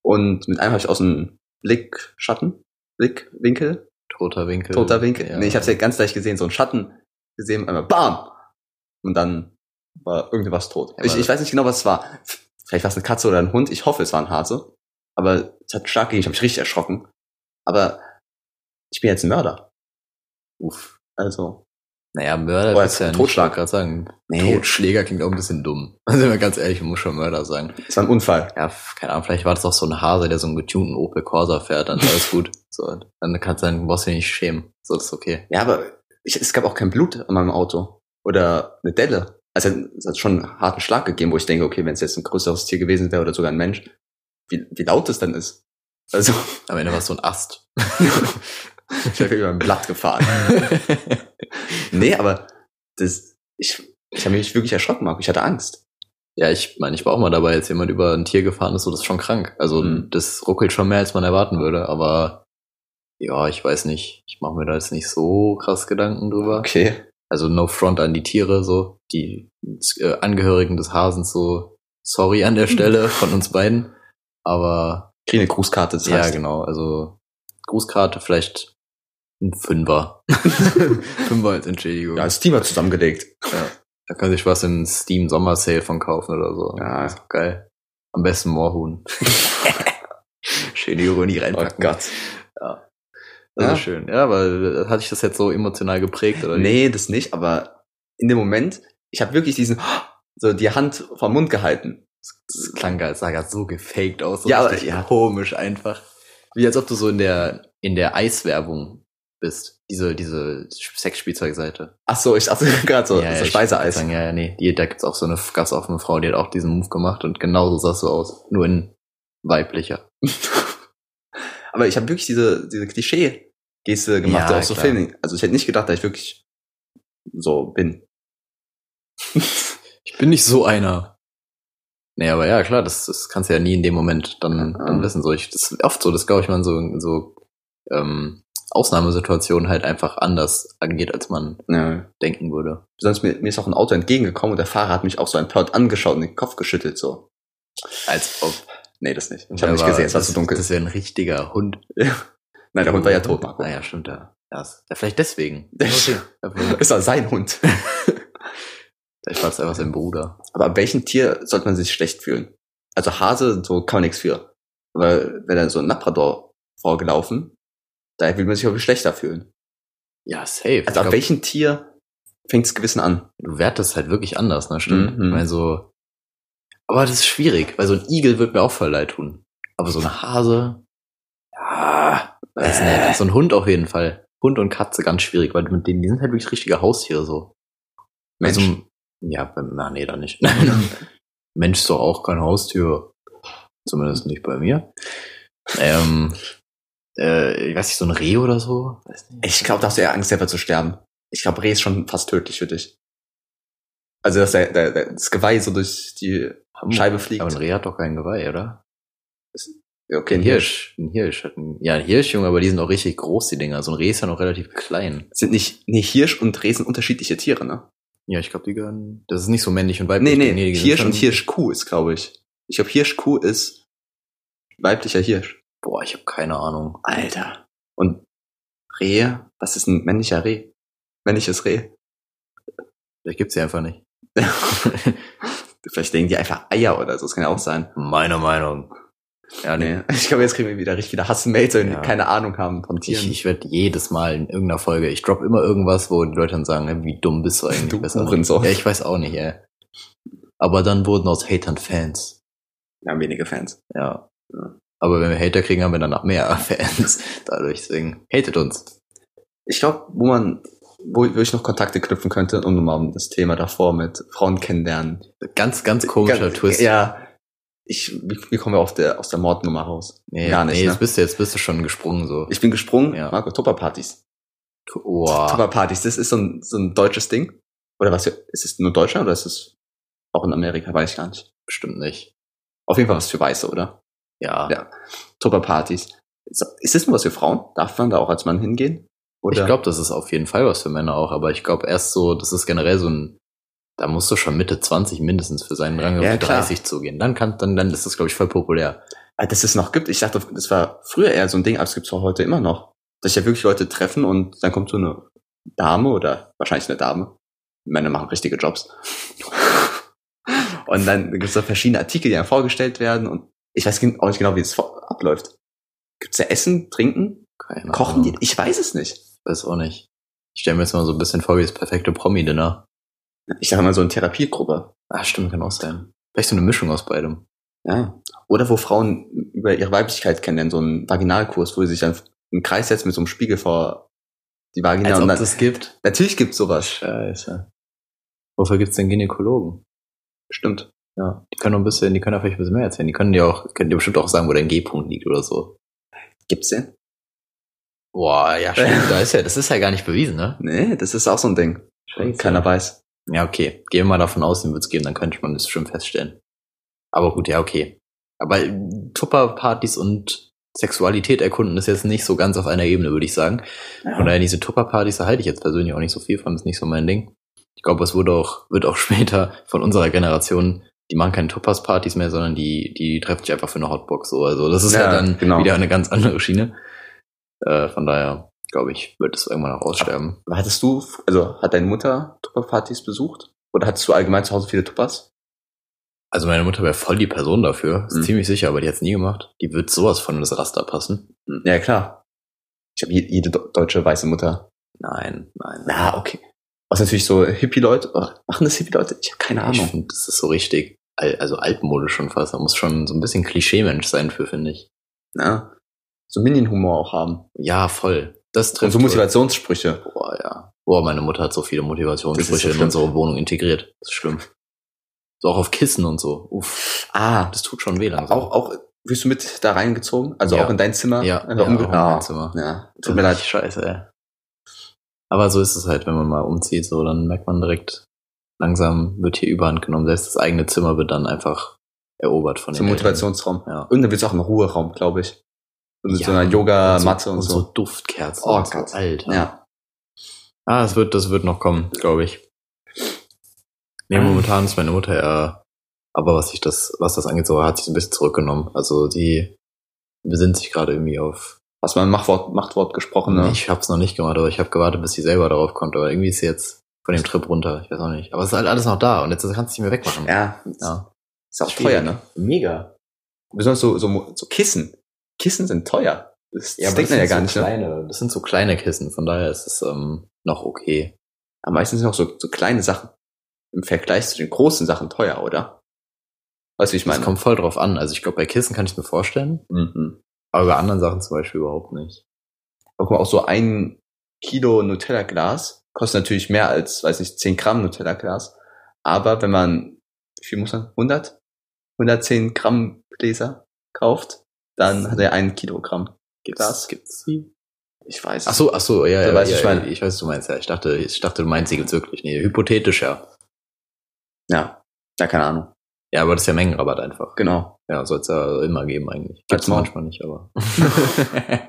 Und mit einem habe ich aus dem Blickschatten, Blickwinkel, Toter Winkel. toter Winkel. Äh, Ja. Nee, ich habe es ja ganz leicht gesehen, so einen Schatten gesehen, einmal BAM! Und dann war irgendwas tot. Ja, ich, aber- ich weiß nicht genau, was es war. Vielleicht war es eine Katze oder ein Hund. Ich hoffe, es war ein Hase. Aber es hat stark gegen, ich habe mich richtig erschrocken. Aber ich bin jetzt ein Mörder. Uff. Also, Naja, Mörder Oder ist ja nicht, Totschlag. ich wollte gerade sagen. nee, Totschläger klingt auch ein bisschen dumm. [laughs] Sind wir ganz ehrlich, man muss schon Mörder sagen. es war ein Unfall. Ja, f- keine Ahnung, vielleicht war das auch so ein Hase, der so einen getunten Opel Corsa fährt, dann ist alles [laughs] gut. So, dann kannst du deinen Boss hier nicht schämen. So, das ist okay. Ja, aber ich, es gab auch kein Blut an meinem Auto. Oder eine Delle. Also es hat schon einen harten Schlag gegeben, wo ich denke, okay, wenn es jetzt ein größeres Tier gewesen wäre oder sogar ein Mensch, wie, wie laut es dann ist. Also, [laughs] Am Ende war es so ein Ast. ich wäre über ein Blatt gefahren. Nee, aber das, ich, ich habe mich wirklich erschrocken, Marco. Ich hatte Angst. [laughs] ja, ich meine, ich war auch mal dabei, als jemand über ein Tier gefahren ist, so das ist schon krank. Also Mhm. das ruckelt schon mehr, als man erwarten würde, aber ja, ich weiß nicht. Ich mache mir da jetzt nicht so krass Gedanken drüber. Okay. Also no front an die Tiere, so die äh, Angehörigen des Hasens, so sorry [laughs] an der Stelle von uns beiden. Aber Krieg eine Grußkarte, das ja, heißt. genau. Also Grußkarte vielleicht ein [laughs] Fünfer. Fünfer als Entschädigung. Ja, das Team hat zusammengelegt. da kann sich was im Steam Sommer Sale von kaufen oder so. Ja. Ist doch geil. Am besten [laughs] Moorhuhn. Schöne Ironie reinpacken. Gott. Das Ja. ist schön. Ja, weil äh, hatte ich das jetzt so emotional geprägt oder wie? Nee, das nicht, aber in dem Moment, ich habe wirklich diesen, so die Hand vom Mund gehalten. Das klang gar, sah gar so gefaked aus. So Ja, aber- richtig ja. komisch einfach. Wie als ob du so in der, in der Eiswerbung bist. Diese, diese Sexspielzeugseite. Ach so, ich dachte [laughs] gerade so, das ist ich das Speiseeis. würd Sagen, ja, ja, nee, die, da gibt's auch so eine f- ganz offene Frau, die hat auch diesen Move gemacht und genauso sahst du aus. Nur in weiblicher. aber ich habe wirklich diese, diese Klischee-Geste gemacht, Ja, auch so klar. Filmen. Also ich hätte nicht gedacht, dass ich wirklich so bin. Ich bin nicht so einer. Nee, aber ja, klar, das, das kannst du ja nie in dem Moment dann, Ja. dann wissen. So, ich, das ist oft so, das glaube ich, man so, in so ähm, Ausnahmesituationen halt einfach anders angeht, als man Ja. denken würde. Besonders mir, mir ist auch ein Auto entgegengekommen und der Fahrer hat mich auch so empört angeschaut und den Kopf geschüttelt so. Als ob. Nee, das nicht. Ich habe Ja, nicht aber gesehen, es war das- zu dunkel. Das wäre ein richtiger Hund. Nein, der Hund war ja tot, Marco. Ah ja, stimmt, ja. Ja, ist- ja vielleicht [laughs] deswegen. Ist doch sein Hund. Vielleicht war es einfach sein Bruder. Aber ab welchem Tier sollte man sich schlecht fühlen? Also Hase, so kann man nichts für. Weil wenn dann so ein Labrador vorgelaufen, da will man sich auch schlechter fühlen. Ja, safe. Also Ich ab glaub, welchem Tier fängt's Gewissen an? du wertest halt wirklich anders, ne? Stimmt. Mhm. Ich meine, so. Aber das ist schwierig, weil so ein Igel wird mir auch voll leid tun. Aber so ein Hase. Ja, weiß Äh. nicht. So ein Hund auf jeden Fall. Hund und Katze ganz schwierig, weil mit denen, die sind halt wirklich richtige Haustiere so. Mensch. Also, ja, bei- na, nee, dann [laughs] nicht. [laughs] Mensch ist doch auch kein Haustier. Zumindest nicht bei mir. Ähm, äh, ich weiß nicht, so ein Reh oder so? Weiß nicht. ich glaube, da hast du eher Angst, selber zu sterben. Ich glaube, Reh ist schon fast tödlich für dich. Also, dass der, der, der, das Geweih so durch die Scheibe fliegt. Oh, Aber ein Reh hat doch kein Geweih, oder? Okay, Ein Hirsch. Ein Hirsch. Hat ein, ja, ein Hirsch, Junge, aber die sind auch richtig groß, die Dinger. So ein Reh ist ja noch relativ klein. Sind nicht, nee, Hirsch und Reh sind unterschiedliche Tiere, ne? Ja, ich glaube, die gehören. Das ist nicht so männlich und Nee, weiblich. nee, die sind Hirsch schon- und Hirschkuh ist, glaube ich. Ich glaube, Hirschkuh ist weiblicher Hirsch. Boah, ich habe keine Ahnung. Alter. Und Rehe, was ist ein männlicher Reh? Männliches Reh. Vielleicht gibt's die einfach nicht. Vielleicht legen die einfach Eier oder so, das kann ja auch sein. Meiner Meinung. Ja, Ah, nee. Nee. [laughs] Ich glaube, jetzt kriegen wir wieder richtig viele Hassmails, wenn Ja. die keine Ahnung haben von Ich, Tieren. ich werde jedes Mal in irgendeiner Folge, ich drop immer irgendwas, wo die Leute dann sagen, ey, wie dumm bist du eigentlich? Du Weiß auch nicht. Hurensohn. Ja, ich weiß auch nicht, ey. Aber dann wurden aus Hatern Fans. Wir haben wenige Fans. Ja. Aber wenn wir Hater kriegen, [laughs] haben wir danach mehr Fans. Dadurch, deswegen, hatet uns. Ich glaube, wo man wo, wo ich noch Kontakte knüpfen könnte, um nochmal um das Thema davor mit Frauen kennenlernen. Ganz, ganz komischer Ganz- Twist. Ja. Ich, wie, wie kommen wir auf der, aus der Mordnummer raus? nee, gar nicht, Nee, ne? jetzt, bist du, jetzt bist du schon gesprungen so. Ich bin gesprungen, Ja. Marco, Tupperpartys. Wow. Tupperpartys, das ist so ein, so ein deutsches Ding. Oder was, ist es nur Deutschland oder ist es auch in Amerika? Weiß ich gar nicht. Bestimmt nicht. Auf jeden Fall was für Weiße, oder? Ja. Ja, Tupperpartys. Ist ist das nur was für Frauen? Darf man da auch als Mann hingehen? Oder? Ich glaube, das ist auf jeden Fall was für Männer auch, aber ich glaube erst so, das ist generell so ein, da musst du schon Mitte 20 mindestens für seinen Rang auf Ja, klar. 30 zugehen. Dann kann, dann, dann ist das, glaube ich, voll populär. Ah, dass es noch gibt. Ich dachte, das war früher eher so ein Ding, aber es gibt es auch heute immer noch. Dass sich ja wirklich Leute treffen und dann kommt so eine Dame oder wahrscheinlich eine Dame. Männer machen richtige Jobs. [laughs] und dann gibt es da verschiedene Artikel, die dann vorgestellt werden und ich weiß gen- auch nicht genau, wie es vor- abläuft. Gibt es da Essen, Trinken, Keine Kochen? Ahnung. Die? Ich weiß es nicht. Weiß auch nicht. Ich stelle mir jetzt mal so ein bisschen vor, wie das perfekte Promi-Dinner. Ich dachte mal so eine Therapiegruppe. Ah, stimmt, kann auch sein. Vielleicht so eine Mischung aus beidem. Ja. Oder wo Frauen über ihre Weiblichkeit kennenlernen, so einen Vaginalkurs, wo sie sich dann im Kreis setzen mit so einem Spiegel vor die Vagina Als Genau, und ob dann, das gibt. Natürlich gibt's sowas. Scheiße. Wofür gibt's denn Gynäkologen? Stimmt. Ja, die können noch ein bisschen, die können ja vielleicht ein bisschen mehr erzählen. Die können dir auch, können dir bestimmt auch sagen, wo dein G-Punkt liegt oder so. Gibt's denn? Boah, ja, [laughs] stimmt, da ist ja, das ist ja gar nicht bewiesen, ne? Nee, das ist auch so ein Ding. Scheiße. Keiner weiß. Ja, okay. Gehen wir mal davon aus, den wird's geben, dann könnte man das schon feststellen. Aber gut, ja, okay. Aber äh, Tupperpartys und Sexualität erkunden ist jetzt nicht so ganz auf einer Ebene, würde ich sagen. Von daher diese Tupperpartys, da halte ich jetzt persönlich auch nicht so viel von, ist nicht so mein Ding. Ich glaube, es wurde auch, wird auch [laughs] später von unserer Generation, die machen keine Tuppers-Partys mehr, sondern die, die treffen sich einfach für eine Hotbox so. Also das ist ja, Ja, dann genau. wieder eine ganz andere Schiene. Äh, von daher, glaube ich, wird es irgendwann auch aussterben. Hattest du, also hat deine Mutter Tupperpartys besucht? Oder hattest du allgemein zu Hause viele Tuppers? Also meine Mutter wäre voll die Person dafür, ist Mhm. ziemlich sicher, aber die hat's nie gemacht. Die wird sowas von in das Raster passen. Ja, klar. Ich habe jede do- deutsche weiße Mutter. Nein, nein. Na, okay. Was natürlich so Hippie-Leute, oh, machen das Hippie-Leute? Ich habe keine Ich Ahnung. finde, das ist so richtig, al- also altmodisch schon fast. Da muss schon so ein bisschen Klischee-Mensch sein für, finde ich. Ja. So Minion-Humor auch haben. Ja, voll. Das Und trifft. so Motivassprüche. Boah, ja. Boah, meine Mutter hat so viele Das ist so Motivationssprüche in schlimm. unsere Wohnung integriert. Das ist schlimm. So auch auf Kissen und so. Uff, Ah, das tut schon weh langsam. auch, auch, wirst du mit da reingezogen? Also. Also Ja. auch in dein Zimmer? ja, Einfach ja, auch umge- in ah, meinem Zimmer. ja. Tut mir leid. Scheiße, ey. Aber so ist es halt, wenn man mal umzieht, so, dann merkt man direkt, langsam wird hier Überhand genommen. Selbst das eigene Zimmer wird dann einfach erobert von Zum den Eltern. Motivationsraum. Ja. Und dann wird's auch ein Ruheraum, glaube ich. Und mit Ja, so einer Yoga-Matte und, und so. so Duftkerzen. Oh und so. Gott. Alter. Ja. Ah, das wird, das wird noch kommen, glaube ich. Nee, Ah. momentan ist meine Mutter ja, aber was sich das, was das angeht, so hat sich ein bisschen zurückgenommen. Also die besinnt sich gerade irgendwie auf. Hast du mal ein Machtwort, Machtwort gesprochen, ne? Ich hab's noch nicht gemacht, aber ich habe gewartet, bis sie selber darauf kommt. Aber irgendwie ist sie jetzt von dem Trip runter. Ich weiß auch nicht. Aber es ist halt alles noch da und jetzt kannst du nicht mehr wegmachen. Ja. Ja. Ist auch teuer, Schwierig. ne? Mega. Besonders so, so, Mo- so Kissen. Kissen sind teuer. Das, das denkt man ja gar nicht, ne? kleine, Das sind so kleine Kissen, von daher ist es ähm, noch okay. Aber meistens sind auch so, so kleine Sachen im Vergleich zu den großen Sachen teuer, oder? Weißt du, wie ich Es meine? kommt voll drauf an. Also ich glaube, bei Kissen kann ich mir vorstellen, Mhm. aber bei anderen Sachen zum Beispiel überhaupt nicht. Aber guck mal, auch so ein Kilo Nutella-Glas kostet natürlich mehr als, weiß nicht, 10 Gramm Nutella-Glas. Aber wenn man, wie viel muss man? 100? 110 Gramm Gläser kauft, dann hat er ein Kilogramm. Gibt's, Das- gibt's die? Ich weiß. Ach so, ach so, ja, So, ja, weißt du, ja, ich ja meine- ich weiß, was du meinst, ja. Ich dachte, ich dachte, du meinst sie gibt's wirklich. Nee, hypothetisch, ja. Ja. Ja, keine Ahnung. Ja, aber das ist ja Mengenrabatt einfach. Genau. Ja, soll's ja immer geben eigentlich. Gibt's Halt's Maul. manchmal nicht, aber. [laughs]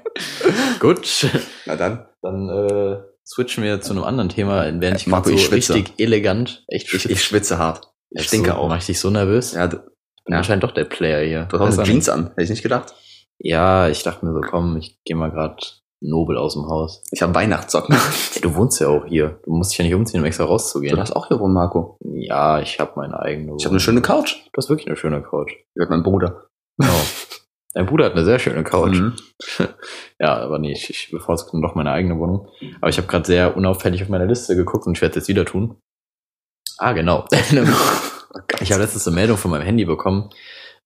Gut. Na dann. Dann äh, switchen wir zu einem anderen Thema, während Äh, ich Marco, gerade so ich schwitze. richtig elegant, echt Ich, ich schwitze hart. Ich stinke so, auch. Mach ich dich so nervös? Ja, du, Bin ja. anscheinend doch der Player hier. du Weiß hast auch auch eine Jeans an. Hätte ich nicht gedacht. nicht. Ja, ich dachte mir so, komm, ich gehe mal gerade nobel aus dem Haus. Ich habe Weihnachtssocken. Ey, du wohnst ja auch hier. Du musst dich ja nicht umziehen, um extra Du rauszugehen. darfst auch hier wohnen, Marco. Ja, ich habe meine eigene. Ich habe eine schöne Couch. Du hast wirklich eine schöne Couch. Gehört mein Bruder. Genau. [laughs] Dein Bruder hat eine sehr schöne Couch. [laughs] Mhm. Ja, aber nee, ich, ich bevorzuge dann doch meine eigene Wohnung. Aber ich habe gerade sehr unauffällig auf meine Liste geguckt und ich werde es jetzt wieder tun. Ah, genau. [laughs] Oh ich habe letztens eine Meldung von meinem Handy bekommen,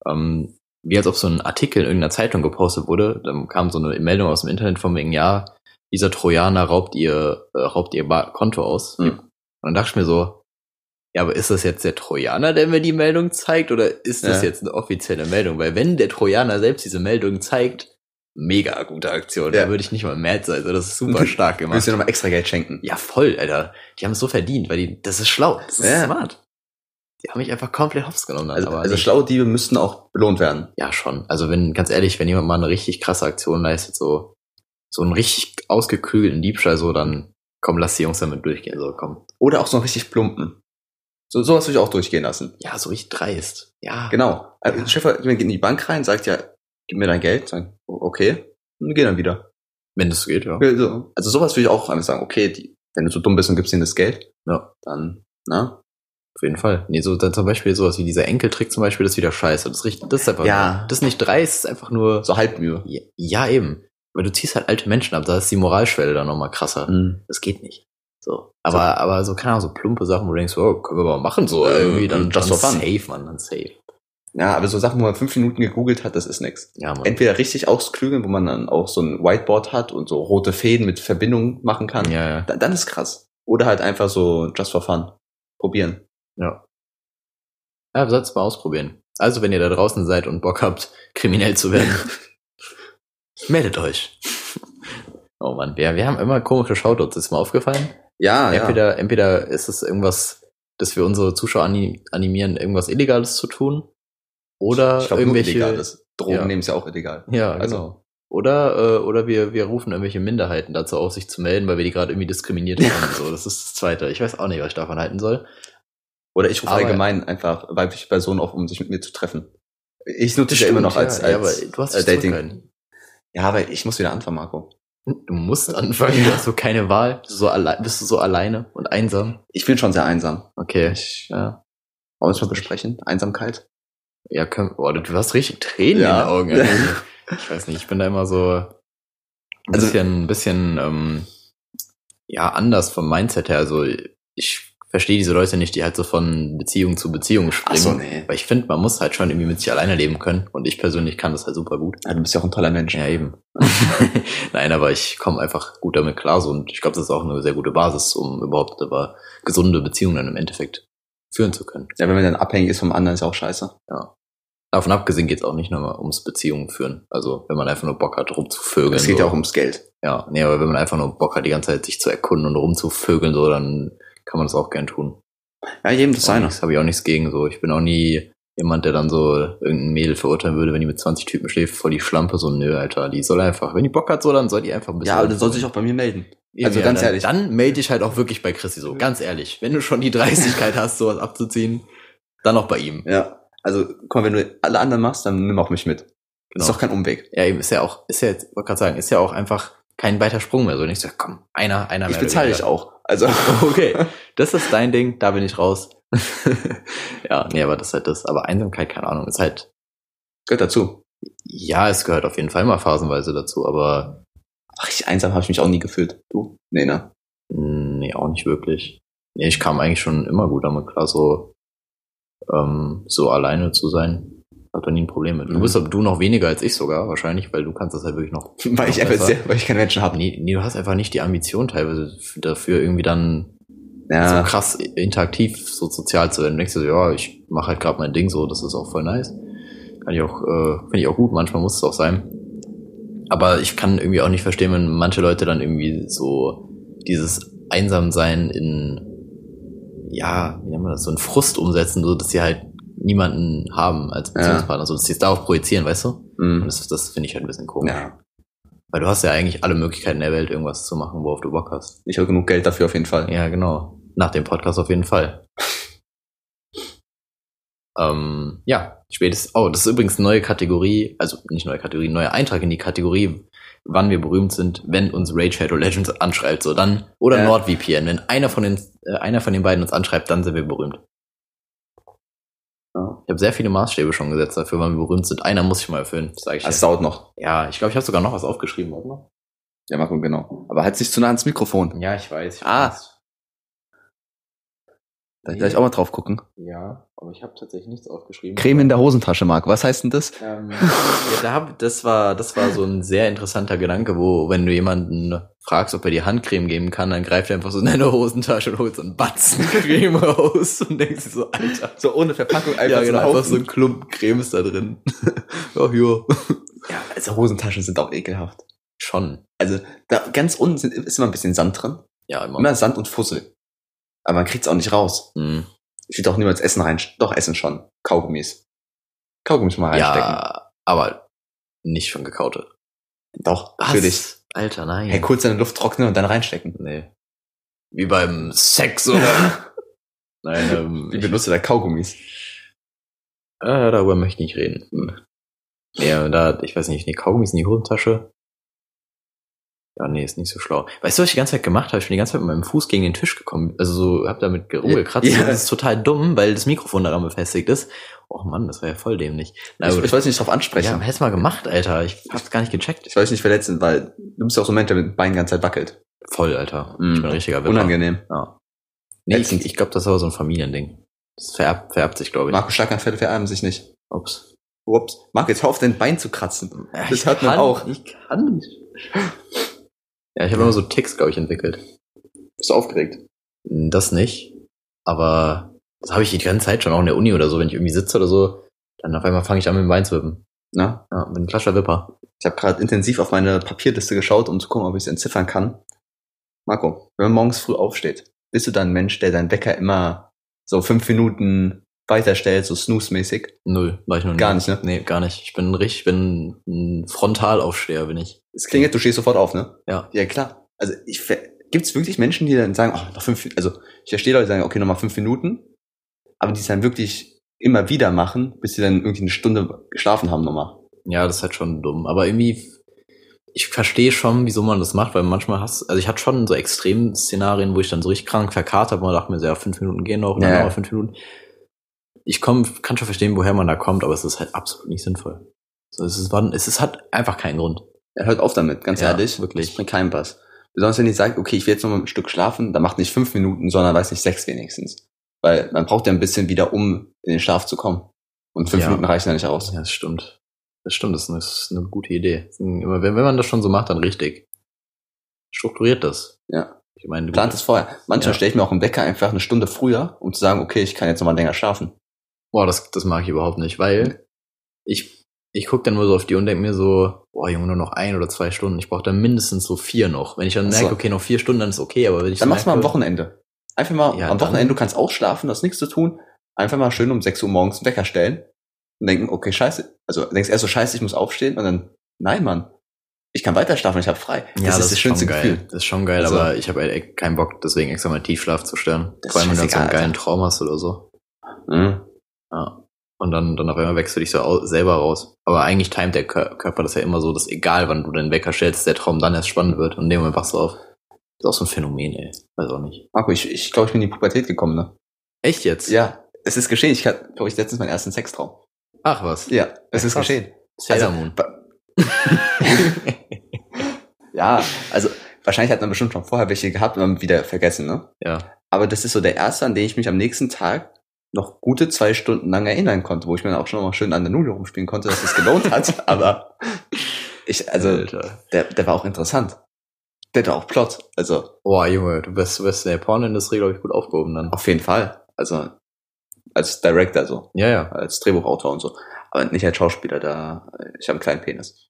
ähm, wie als ob so ein Artikel in irgendeiner Zeitung gepostet wurde. Dann kam so eine Meldung aus dem Internet von wegen, ja, dieser Trojaner raubt ihr, äh, raubt ihr Ba- Konto aus. Mhm. Und dann dachte ich mir so, ja, aber ist das jetzt der Trojaner, der mir die Meldung zeigt, oder ist das Ja. jetzt eine offizielle Meldung? Weil wenn der Trojaner selbst diese Meldung zeigt, mega gute Aktion, Ja. da würde ich nicht mal mad sein, also das ist [laughs] super stark gemacht. Willst du nochmal extra Geld schenken? Ja, voll, Alter. Die haben es so verdient, weil die, das ist schlau, das ist Ja. smart. Die haben mich einfach komplett hops genommen. dann, Also, aber also nicht- schlaue Diebe müssten auch belohnt werden. ja, schon. Also wenn, ganz ehrlich, wenn jemand mal eine richtig krasse Aktion leistet, so, so einen richtig ausgeklügelten Diebstahl, so, dann, komm, lass die Jungs damit durchgehen, so, komm. Oder auch so richtig plumpen. So, sowas würde ich auch durchgehen lassen. Ja, so richtig dreist. Ja. Genau. Also, Ja. Schäfer geht in die Bank rein, sagt ja, gib mir dein Geld, sagen, o- okay, und geh dann wieder. Wenn es geht, ja. Also, also sowas würde ich auch einfach sagen, okay, die, wenn du so dumm bist und gibst ihnen das Geld, Ja. dann, ne, na? Auf jeden Fall. Nee, so, dann zum Beispiel sowas wie dieser Enkeltrick zum Beispiel, das ist wieder scheiße. Das ist richtig, das ist einfach, Ja. das ist nicht dreist, das ist einfach nur, So Halbmühe. ja, ja eben. Aber du ziehst halt alte Menschen ab, da ist die Moralschwelle dann nochmal krasser. Mhm. Das geht nicht. So. Aber, aber so, keine Ahnung, so plumpe Sachen, wo du denkst, oh, können wir mal machen, so, Äh, irgendwie, dann, just dann for fun. safe, man, dann safe. Ja, aber so Sachen, wo man fünf Minuten gegoogelt hat, das ist nix. Ja, man. Entweder richtig ausklügeln, wo man dann auch so ein Whiteboard hat und so rote Fäden mit Verbindungen machen kann. Ja, ja. Da- Dann ist krass. Oder halt einfach so just for fun. Probieren. Ja, sollt's mal ausprobieren. Also, wenn ihr da draußen seid und Bock habt, [laughs] kriminell zu [laughs] werden, meldet euch. [laughs] Oh Mann, wir, wir haben immer komische Shoutouts, ist mal aufgefallen. Ah, Ja, ja. entweder, entweder ist es irgendwas, dass wir unsere Zuschauer ani- animieren, irgendwas Illegales zu tun. Oder Ich glaube, nur irgendwelche. illegal ist. Drogen ja. nehmen ist ja auch illegal. Ja, Also- genau. Oder, äh, oder wir, wir rufen irgendwelche Minderheiten dazu auf, sich zu melden, weil wir die gerade irgendwie diskriminiert haben. und So, das ist das Zweite. Ich weiß auch nicht, was ich davon halten soll. Oder ich rufe Aber- allgemein einfach weibliche Personen auf, um sich mit mir zu treffen. Ich nutze dich ja immer noch als, ja, als aber du hast als dich Dating. Dating. Ja, aber ich muss wieder anfangen, Marco. Du musst anfangen, du hast so keine Wahl. Du so alle- bist du so alleine und einsam. Ich bin schon sehr einsam. Okay. Ich, Ja, wollen wir es mal besprechen? Einsamkeit? ja können, boah, du du hast richtig Tränen Ja. in den [laughs] Augen. Alter. Ich weiß nicht, ich bin da immer so ein Also- bisschen, ein bisschen ähm, ja, anders vom Mindset her. Also ich verstehe diese Leute nicht, die halt so von Beziehung zu Beziehung springen. nee. Weil ich finde, man muss halt schon irgendwie mit sich alleine leben können. Und ich persönlich kann das halt super [laughs] gut. Ja, du bist ja auch ein toller Mensch. Ja, eben. Nein, aber ich komme einfach gut damit klar so und ich glaube, das ist auch eine sehr gute Basis, um überhaupt aber gesunde Beziehungen dann im Endeffekt führen zu können. Ja, wenn man dann abhängig ist vom anderen, ist auch scheiße. Davon abgesehen geht es auch nicht nur mal ums Beziehungen führen. Also wenn man einfach nur Bock hat, rumzuvögeln. Es geht so. ja auch ums Geld. Ja, nee, aber wenn man einfach nur Bock hat, die ganze Zeit sich zu erkunden und rumzuvögeln, so, dann kann man das auch gern tun. Ja, jedem das seine. Das habe ich auch nichts gegen so. Ich bin auch nie jemand, der dann so irgendein Mädel verurteilen würde, wenn die mit 20 Typen schläft, voll die Schlampe, so, nö, Alter, die soll einfach, wenn die Bock hat, so, dann soll die einfach ein bisschen. Ja, aber dann soll sich auch bei mir melden. Also Also ja, ganz ganz dann, ehrlich. Dann melde dich halt auch wirklich bei Christi so. Ganz ehrlich. Wenn du schon die Dreistigkeit hast, sowas abzuziehen, dann auch bei ihm. Ja. Also, komm, wenn du alle anderen machst, dann nimm auch mich mit. Genau. Ist doch kein Umweg. Ja, eben ist ja auch, ist ja jetzt, wollte gerade sagen, ist ja auch einfach kein weiter Sprung mehr. So nicht so, komm, einer, einer Ich oder bezahle dich weniger. auch. Also, [laughs] [laughs] Okay, das ist dein Ding, da bin ich [laughs] raus. ja, nee, aber das ist halt das. Aber Einsamkeit, keine Ahnung, ist halt, gehört dazu. ja, es gehört auf jeden Fall mal phasenweise dazu, aber Ach, ich einsam habe ich mich auch nie gefühlt. Du? Nee, ne? [laughs] mh, nee, auch nicht wirklich. Nee, ich kam eigentlich schon immer gut damit klar, so, ähm, so alleine zu sein. Hab da nie ein Problem mit. Du Mhm. bist aber du noch weniger als ich sogar, wahrscheinlich, weil du kannst das halt wirklich noch Weil ich Noch einfach besser. sehr, weil ich keine Menschen habe. Nee, nee, du hast einfach nicht die Ambition teilweise f- dafür irgendwie dann Ja. so krass interaktiv, so sozial zu werden. Du denkst dir so, ja, ich mache halt gerade mein Ding so, das ist auch voll nice. Kann ich auch, äh, finde ich auch gut, manchmal muss es auch sein. Aber ich kann irgendwie auch nicht verstehen, wenn manche Leute dann irgendwie so dieses Einsamsein in, ja, wie nennt man das, so einen Frust umsetzen, so dass sie halt niemanden haben als Beziehungspartner, so dass sie es darauf projizieren, weißt du? Und Mhm. das, das finde ich halt ein bisschen komisch. Ja. Weil du hast ja eigentlich alle Möglichkeiten der Welt, irgendwas zu machen, worauf du Bock hast. Ich habe genug Geld dafür auf jeden Fall. Ja, genau. Nach dem Podcast auf jeden Fall. [laughs] ähm, ja, spätestens. Oh, das ist übrigens neue Kategorie, also nicht neue Kategorie, neuer Eintrag in die Kategorie, wann wir berühmt sind, wenn uns Raid Shadow Legends anschreibt, so dann. Oder Ja. NordVPN. Wenn einer von den, äh, einer von den beiden uns anschreibt, dann sind wir berühmt. Ja. Ich habe sehr viele Maßstäbe schon gesetzt dafür, wann wir berühmt sind. Einer muss ich mal erfüllen, sage ich. Also, es dir. dauert noch. Ja, ich glaube, ich habe sogar noch was aufgeschrieben, oder? Ja, Marco, Ah. genau. Aber halt nicht zu nah ans Mikrofon. Ja, ich weiß. Ich Ah. weiß. Da gleich auch mal drauf gucken. Ja, aber ich habe tatsächlich nichts aufgeschrieben. Creme in der Hosentasche, Marco. Was heißt denn das? Ähm, [laughs] Ja, da hab, das war, das war so ein sehr interessanter Gedanke, wo, wenn du jemanden fragst, ob er dir Handcreme geben kann, dann greift er einfach so in deine Hosentasche und holt so einen Batzen Creme [laughs] raus und denkt sich so, Alter. So ohne Verpackung einfach ja, genau, so einfach so ein Klumpen Creme ist da drin. [laughs] Ach jo. Ja, also Hosentaschen sind auch ekelhaft. Schon. Also da ganz unten sind, ist immer ein bisschen Sand drin. Ja, immer. Immer Sand und Fussel. Aber man kriegt's auch nicht raus. Hm. Ich will auch niemals Essen rein. Doch, Essen schon. Kaugummis. Kaugummis mal reinstecken. Ja, aber nicht schon gekaute. Doch, natürlich. Alter, nein. Hey, kurz in der Luft trocknen und dann reinstecken. äh, Nee. Wie beim [laughs] Sex, [laughs] oder? nein, ähm, Wie benutzt du da Kaugummis? Äh, darüber möchte ich nicht reden. Hm. Ja, da, ich weiß nicht, nee, Kaugummis in die Hosentasche. Ja, nee, ist nicht so schlau. Weißt du, was ich die ganze Zeit gemacht habe? Ich bin die ganze Zeit mit meinem Fuß gegen den Tisch gekommen. Also so, hab damit ge- rumgekratzt. Ja. Das ist total dumm, weil das Mikrofon daran befestigt ist. Oh Mann, das war ja voll dämlich. Na, ich, gut. ich wollte nicht drauf ja, ansprechen. hätt's mal gemacht, Alter. Ich hab's gar nicht gecheckt. Ich wollte nicht verletzen, weil du bist ja auch so ein Mensch, der mit dem Bein die ganze Zeit wackelt. Voll, Alter. Mm. Ich bin ein richtiger Wipper. Unangenehm. Ja. Nee, ich Ätzend. ich glaube, das ist aber so ein Familiending. Das vererbt, vererbt sich, glaube ich. Marco, Schlaganfälle verarmen sich nicht. Ups. Ups. Marco, jetzt hör auf, dein Bein zu kratzen. Ja, Das ich hört man kann- auch. Ich kann nicht. Ja, ich habe immer so Ticks, glaube ich, entwickelt. Bist du aufgeregt? Das nicht. Aber das habe ich die ganze Zeit schon auch in der Uni oder so, wenn ich irgendwie sitze oder so, dann auf einmal fange ich an mit dem Bein zu wippen. Na? Ja, bin ein klassischer Wipper. Ich habe gerade intensiv auf meine Papierliste geschaut, um zu gucken, ob ich es entziffern kann. Marco, wenn man morgens früh aufsteht, bist du dann ein Mensch, der deinen Wecker immer so fünf Minuten weiterstellt, so snooze-mäßig? Null, war ich noch nie. Gar nicht, ne? Nee, gar nicht. Ich bin richtig, ich bin ein Frontalaufsteher, bin ich. Es klingelt, du stehst sofort auf, ne? Ja. Ja, klar. Also ich gibt es wirklich Menschen, die dann sagen, oh, noch fünf Minuten, also ich verstehe Leute, die sagen, okay, nochmal fünf Minuten, aber die es dann wirklich immer wieder machen, bis sie dann irgendwie eine Stunde geschlafen haben nochmal. Ja, das ist halt schon dumm. Aber irgendwie, ich verstehe schon, wieso man das macht, weil manchmal hast, also ich hatte schon so extreme Szenarien, wo ich dann so richtig krank verkatert habe und dachte mir so, ja, fünf Minuten gehen noch, und dann Ja. nochmal fünf Minuten. Ich komm, kann schon verstehen, woher man da kommt, aber es ist halt absolut nicht sinnvoll. So, es ist, wann- es ist, hat einfach keinen Grund. Ja, hört auf damit, ganz Ja, ehrlich. wirklich. Das bringt keinen Pass. Besonders wenn ihr sagt, okay, ich will jetzt nochmal ein Stück schlafen, dann macht nicht fünf Minuten, sondern weiß nicht sechs wenigstens. Weil man braucht ja ein bisschen wieder, um in den Schlaf zu kommen. Und fünf Ja. Minuten reichen ja nicht aus. Ja, das stimmt. Das stimmt, das ist eine, das ist eine gute Idee. Immer Wenn, wenn man das schon so macht, dann richtig. Strukturiert das. Ja. Ich meine, Plant es vorher. Manchmal Ja. stelle ich mir auch einen Wecker einfach eine Stunde früher, um zu sagen, okay, ich kann jetzt nochmal länger schlafen. Boah, das, das mag ich überhaupt nicht, Mhm. weil ich, ich guck dann nur so auf die und denk mir so, boah, Junge, nur noch ein oder zwei Stunden. Ich brauche dann mindestens so vier noch. Wenn ich dann Ach so. merke, okay, noch vier Stunden, dann ist okay, aber wenn ich Dann so mach's mal am merke- Wochenende. Einfach mal Ja, am dann- Wochenende, du kannst auch schlafen, du hast nichts zu tun. Einfach mal schön um 6 Uhr morgens einen Wecker stellen und denken, okay, scheiße. Also denkst erst so, scheiße, ich muss aufstehen und dann, nein, Mann, ich kann weiter schlafen, ich habe frei. Ja, das, ist das schönste geil. Das ist schon geil, Also- aber ich habe halt echt keinen Bock, deswegen extra mal Tiefschlaf zu stören. Das Vor allem, ist wenn du dann so einen scheißegal, geilen Traum hast oder so. Mhm. Ja. Und dann, dann auf einmal wächst du dich so au- selber raus. Aber eigentlich timet der Kör- Körper das ja immer so, dass egal, wann du den Wecker stellst, der Traum dann erst spannend wird. Und in dem Moment wachst du auf. ist auch so ein Phänomen, ey. Weiß auch nicht. Marco, ich, ich glaube, ich bin in die Pubertät gekommen, ne? Echt jetzt? Ja, es ist geschehen. Ich hatte, glaube ich, letztens meinen ersten Sextraum. Ach was. Ja, es Ja, ist krass. geschehen. Sailor Also- Moon. Ja, also wahrscheinlich hat man bestimmt schon vorher welche gehabt und dann wieder vergessen, ne? Ja. Aber das ist so der erste, an den ich mich am nächsten Tag noch gute zwei Stunden lang erinnern konnte, wo ich mir dann auch schon mal schön an der Nudel rumspielen konnte, dass es gelohnt hat. Aber ich, also, Alter. der, der war auch interessant. Der hatte auch Plot. Also, Boah, Junge, du bist, du bist in der Pornindustrie, glaube ich, gut aufgehoben dann. auf jeden Fall. Also, als Director so, Ja, [laughs] ja. als Drehbuchautor und so. Aber nicht als Schauspieler, da, ich habe einen kleinen Penis.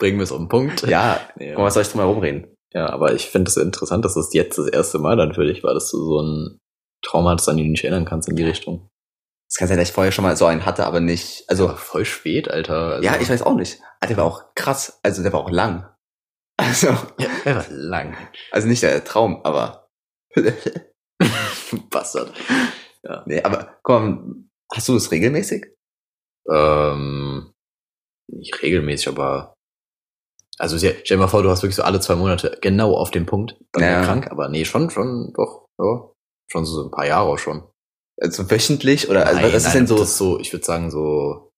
Bringen wir es auf den Punkt. Ja, Nee, guck mal, was soll ich drum herum reden? ja aber ich finde es das interessant, dass das jetzt das erste Mal dann für dich war, dass du so ein Trauma hattest, an den du dich erinnern kannst in die Richtung. Das kann sein, dass ich vorher schon mal so einen hatte, aber nicht, also, Aber voll spät, Alter. Also, ja, ich weiß auch nicht. Aber der war auch krass. Also, der war auch lang. Also, Ja, [laughs] er war lang. Also nicht der Traum, aber. [laughs] Bastard. nee, aber komm, hast du das regelmäßig? Ähm, nicht regelmäßig, aber. Also sehr- stell dir mal vor, du hast wirklich so alle zwei Monate genau auf den Punkt. Dann Ja. ja. krank, aber nee, schon, schon, doch, ja. Schon so ein paar Jahre auch schon. Also wöchentlich oder also Nein, was ist nein, denn so? Das ist so, ich würde sagen, so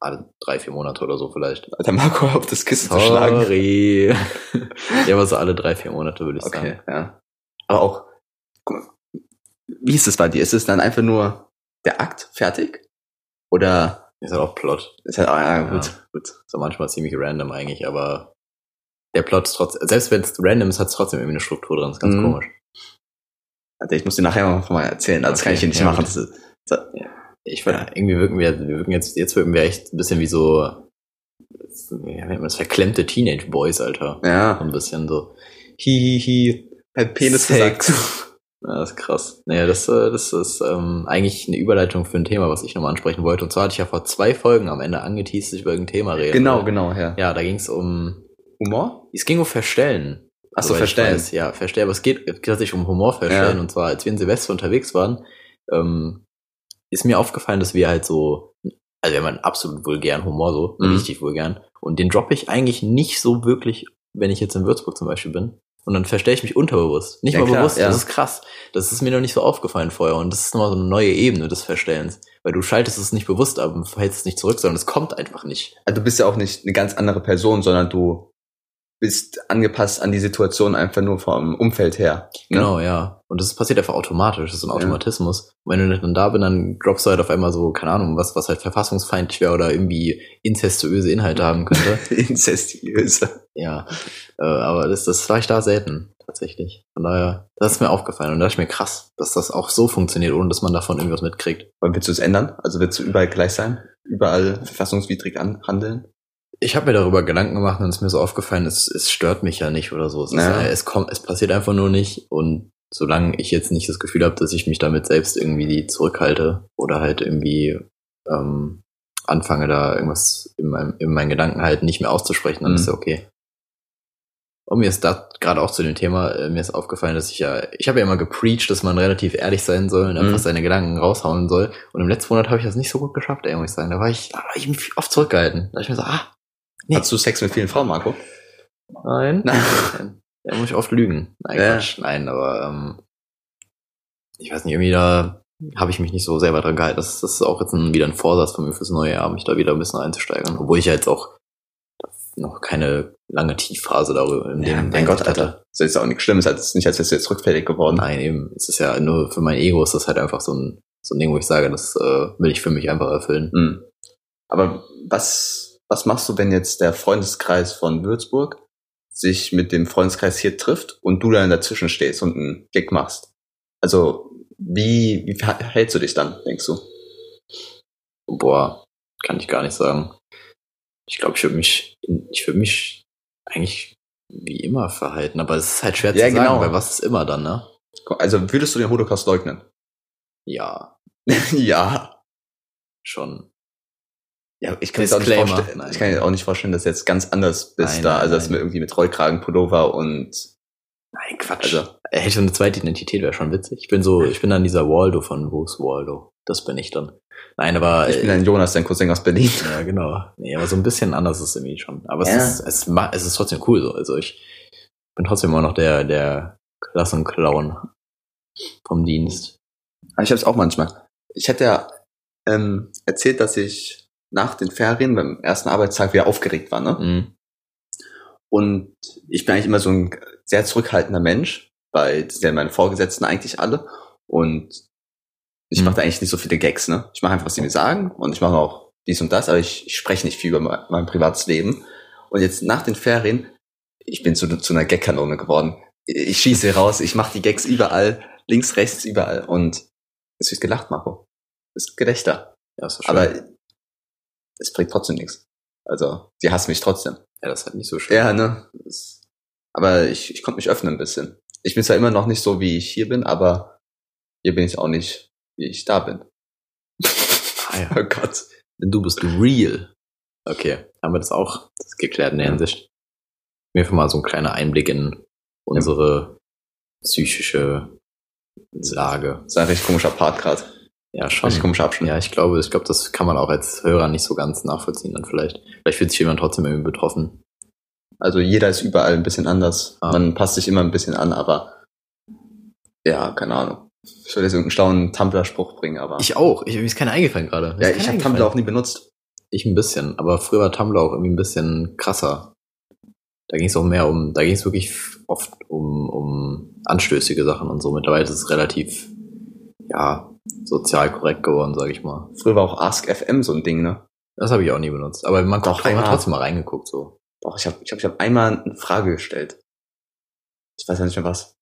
alle drei, vier Monate oder so vielleicht. Alter Marco auf das Kissen zu schlagen. [laughs] ja, aber so alle drei, vier Monate würde ich Okay, sagen. ja. Aber auch, guck Wie ist es bei dir? Ist es dann einfach nur der Akt fertig? Oder Ist halt auch Plot. ist halt, ah, ja, gut, Ja. gut. Ist ja manchmal ziemlich random eigentlich, aber der Plot ist trotzdem, selbst wenn es random ist, hat es trotzdem irgendwie eine Struktur drin. Ist ganz Mhm. komisch. Alter, ich muss dir nachher mal, mal erzählen. Also, das kann Okay, ich hier nicht ja, machen. gut. Das ist, das, ja. Ich finde, irgendwie wirken wir, wir wirken jetzt, jetzt wirken wir echt ein bisschen wie so, wie nennt man das, verklemmte Teenage Boys, Alter. So ja. ein bisschen so, hi, hi, hi. Halt Penis Sex. gesagt. [laughs] Ja, das ist krass. Naja, das, äh, das ist ähm, eigentlich eine Überleitung für ein Thema, was ich nochmal ansprechen wollte. Und zwar hatte ich ja vor zwei Folgen am Ende angeteased, dass ich über irgendein Thema rede. Genau, genau, ja. Ja, da ging es um, Humor? es ging um Verstellen. Ach Soweit so, ich verstellen. weiß, Ja, verstellen. Aber es geht tatsächlich um Humor verstellen. Ja. Und zwar, als wir in Silvester unterwegs waren, ähm, ist mir aufgefallen, dass wir halt so, also wir haben einen absolut vulgären Humor, so, Mhm. richtig vulgären. Und den droppe ich eigentlich nicht so wirklich, wenn ich jetzt in Würzburg zum Beispiel bin. Und dann verstelle ich mich unterbewusst. Nicht Ja, mal klar, bewusst, ja. das ist krass. Das ist mir noch nicht so aufgefallen vorher. Und das ist nochmal so eine neue Ebene des Verstellens. Weil du schaltest es nicht bewusst ab und verhältst es nicht zurück, sondern es kommt einfach nicht. Also, du bist ja auch nicht eine ganz andere Person, sondern du bist angepasst an die Situation einfach nur vom Umfeld her. ne? Genau, ja. Und das passiert einfach automatisch, das ist ein Automatismus. Und wenn du dann da bist, dann droppst du halt auf einmal so, keine Ahnung, was, was halt verfassungsfeindlich wäre oder irgendwie inzestuöse Inhalte haben könnte. [laughs] Inzestiöse. ja. Äh, aber das, das war ich da selten, tatsächlich. Von daher, das ist mir aufgefallen und da ist mir krass, dass das auch so funktioniert, ohne dass man davon irgendwas mitkriegt. Und willst du es ändern? Also willst du überall gleich sein? Überall verfassungswidrig an, handeln? Ich habe mir darüber Gedanken gemacht und es ist mir so aufgefallen, es, es stört mich ja nicht oder so. Es, Ja. ist, äh, es, kommt, es passiert einfach nur nicht und solange ich jetzt nicht das Gefühl habe, dass ich mich damit selbst irgendwie zurückhalte oder halt irgendwie ähm, anfange, da irgendwas in, meinem, in meinen Gedanken halt nicht mehr auszusprechen, dann Mhm. ist ja okay. Und mir ist da gerade auch zu dem Thema, äh, mir ist aufgefallen, dass ich ja, ich habe ja immer gepreacht, dass man relativ ehrlich sein soll und Mhm. einfach seine Gedanken raushauen soll. Und im letzten Monat habe ich das nicht so gut geschafft, ey, muss ich sagen. Da war ich, da war ich mich oft zurückgehalten. Da hab ich mir so, ah, Nee. Hast du Sex mit vielen Frauen, Marco? Nein. Nein. Nein. Da muss ich oft lügen. Nein, Ja. Quatsch. Nein, aber ähm, ich weiß nicht, irgendwie da habe ich mich nicht so selber dran gehalten. Das, das ist auch jetzt ein, wieder ein Vorsatz von mir fürs neue Jahr, mich da wieder ein bisschen einzusteigern. Obwohl ich ja jetzt auch noch keine lange Tiefphase darüber in dem mein Gott, Hinsicht hatte. Alter. Das ist auch nichts Schlimmes. Es ist nicht, als wärst du jetzt rückfällig geworden. Nein, eben. Es ist ja nur für mein Ego ist das halt einfach so ein, so ein Ding, wo ich sage, das äh, will ich für mich einfach erfüllen. Mhm. Aber was, was machst du, wenn jetzt der Freundeskreis von Würzburg sich mit dem Freundeskreis hier trifft und du dann dazwischen stehst und einen Gig machst? Also, wie, wie verhältst du dich dann, denkst du? Boah, kann ich gar nicht sagen. Ich glaube, ich würde mich, ich würde mich eigentlich wie immer verhalten, aber es ist halt schwer Ja, zu genau. sagen, weil was ist immer dann, ne? Also, würdest du den Holocaust leugnen? [laughs] Ja, ja. schon. Ja, ich kann, mir das auch nicht Disclaimer. vorstellen, Nein. ich kann mir auch nicht vorstellen, dass du jetzt ganz anders bist Nein, da. nein, also, dass nein. wir irgendwie mit Rollkragen, Pullover und, Nein, Quatsch. Also, also, er hätte so eine zweite Identität, wäre schon witzig. Ich bin so, ich bin dann dieser Waldo von Wo ist Waldo? Das bin ich dann. Nein, aber. ich bin äh, ein Jonas, dein Cousin aus Berlin. Ja, genau. Nee, aber so ein bisschen anders ist es irgendwie schon. Aber Ja. es, ist, es, ma- es ist trotzdem cool so. Also ich bin trotzdem immer noch der, der Klassenclown vom Dienst. Aber Ah, ich habe es auch manchmal. Ich hatte ja ähm, erzählt, dass ich nach den Ferien beim ersten Arbeitstag wieder aufgeregt war. Ne? Mhm. Und ich bin eigentlich immer so ein sehr zurückhaltender Mensch, weil das sind ja meine Vorgesetzten eigentlich alle. Und ich Mhm. mache da eigentlich nicht so viele Gags. Ne? Ich mache einfach, was die mir sagen und ich mache auch dies und das, aber ich, ich spreche nicht viel über mein, mein privates Leben. Und jetzt nach den Ferien, ich bin zu, zu einer Gagkanone geworden. Ich schieße raus, ich mache die Gags überall, links, rechts, überall. Und es wird gelacht, Marco. Es ist Gelächter. Ja, ist doch schön. Aber es bringt trotzdem nichts. Also, die hassen mich trotzdem. ja, das ist halt nicht so schön. Ja, ne? Das- Aber ich, ich konnte mich öffnen ein bisschen. Ich bin zwar immer noch nicht so, wie ich hier bin, aber hier bin ich auch nicht, wie ich [laughs] da bin. Ah, ja. Oh Gott. Denn du bist real. Okay, haben wir das auch das ist geklärt in der Hinsicht. Mir einfach mal so ein kleiner Einblick in unsere psychische Lage. Das ist ein richtig komischer Part gerade. Ja, schon. Richtig komischer Abschnitt. Ja, ich glaube, ich glaube, das kann man auch als Hörer nicht so ganz nachvollziehen dann vielleicht. Vielleicht fühlt sich jemand trotzdem irgendwie betroffen. Also jeder ist überall ein bisschen anders. Ah. Man passt sich immer ein bisschen an, aber ja, keine Ahnung. Ich würde jetzt irgendeinen schlauen Tumblr-Spruch bringen, aber Ich auch. Ich, mir ist keiner eingefallen gerade. Mir ist ja, ich keiner habe eingefallen. Tumblr auch nie benutzt. Ich ein bisschen, aber früher war Tumblr auch irgendwie ein bisschen krasser. Da ging es auch mehr um, da ging es wirklich oft um, um anstößige Sachen und so. Mittlerweile ist es relativ, ja, sozial korrekt geworden, sage ich mal. Früher war auch Ask FM so ein Ding, ne? Das habe ich auch nie benutzt. Aber man Doch, guckt, man hat einmal. trotzdem mal reingeguckt, so. Doch, ich habe ich hab, ich hab einmal eine Frage gestellt. Ich weiß ja nicht mehr was.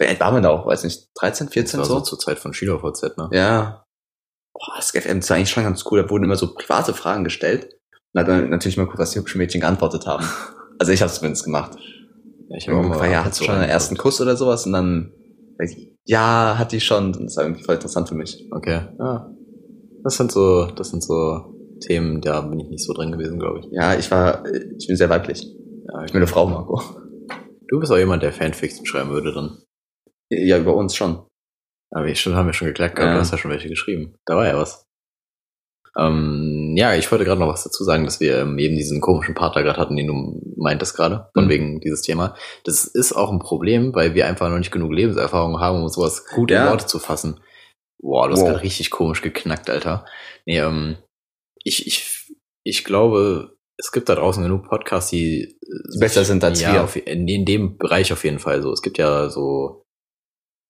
Wie alt war man da auch? Weiß nicht, 13, Das 14 war so? so zur Zeit von SchülerVZ, ne? Ja. Boah, Ask FM ist eigentlich schon ganz cool. Da wurden immer so private Fragen gestellt. Und hat dann natürlich mal geguckt, was die hübschen Mädchen [laughs] geantwortet haben. Also ich habe es zumindest gemacht. Ja, ich Ich habe mal ungefähr, ja, ab und hat zu schon einen reingeguckt. ersten Kuss oder sowas und dann, ja, hat die schon. Das war irgendwie voll interessant für mich. Okay. Ja, Das sind so, das sind so Themen, da bin ich nicht so drin gewesen, glaube ich. ja ich war, ich bin sehr weiblich. Ja, Ich bin eine Frau, Marco. Du bist auch jemand, der Fanfiction schreiben würde dann. Ja, über uns schon. Aber ich schon, haben wir schon geklärt gehabt, Ja. du hast ja schon welche geschrieben. Da war ja was. Ähm, ja, ich wollte gerade noch was dazu sagen, dass wir ähm, eben diesen komischen Part da gerade hatten, den du meintest gerade, von Mhm. wegen dieses Thema. Das ist auch ein Problem, weil wir einfach noch nicht genug Lebenserfahrung haben, um sowas gut in Ja. Worte zu fassen. Boah, du hast Wow. gerade richtig komisch geknackt, Alter. Nee, ähm, ich, ich, ich glaube, es gibt da draußen genug Podcasts, die, äh, Die besser sind als ja, wir. Auf, in, in dem Bereich auf jeden Fall so. Es gibt ja so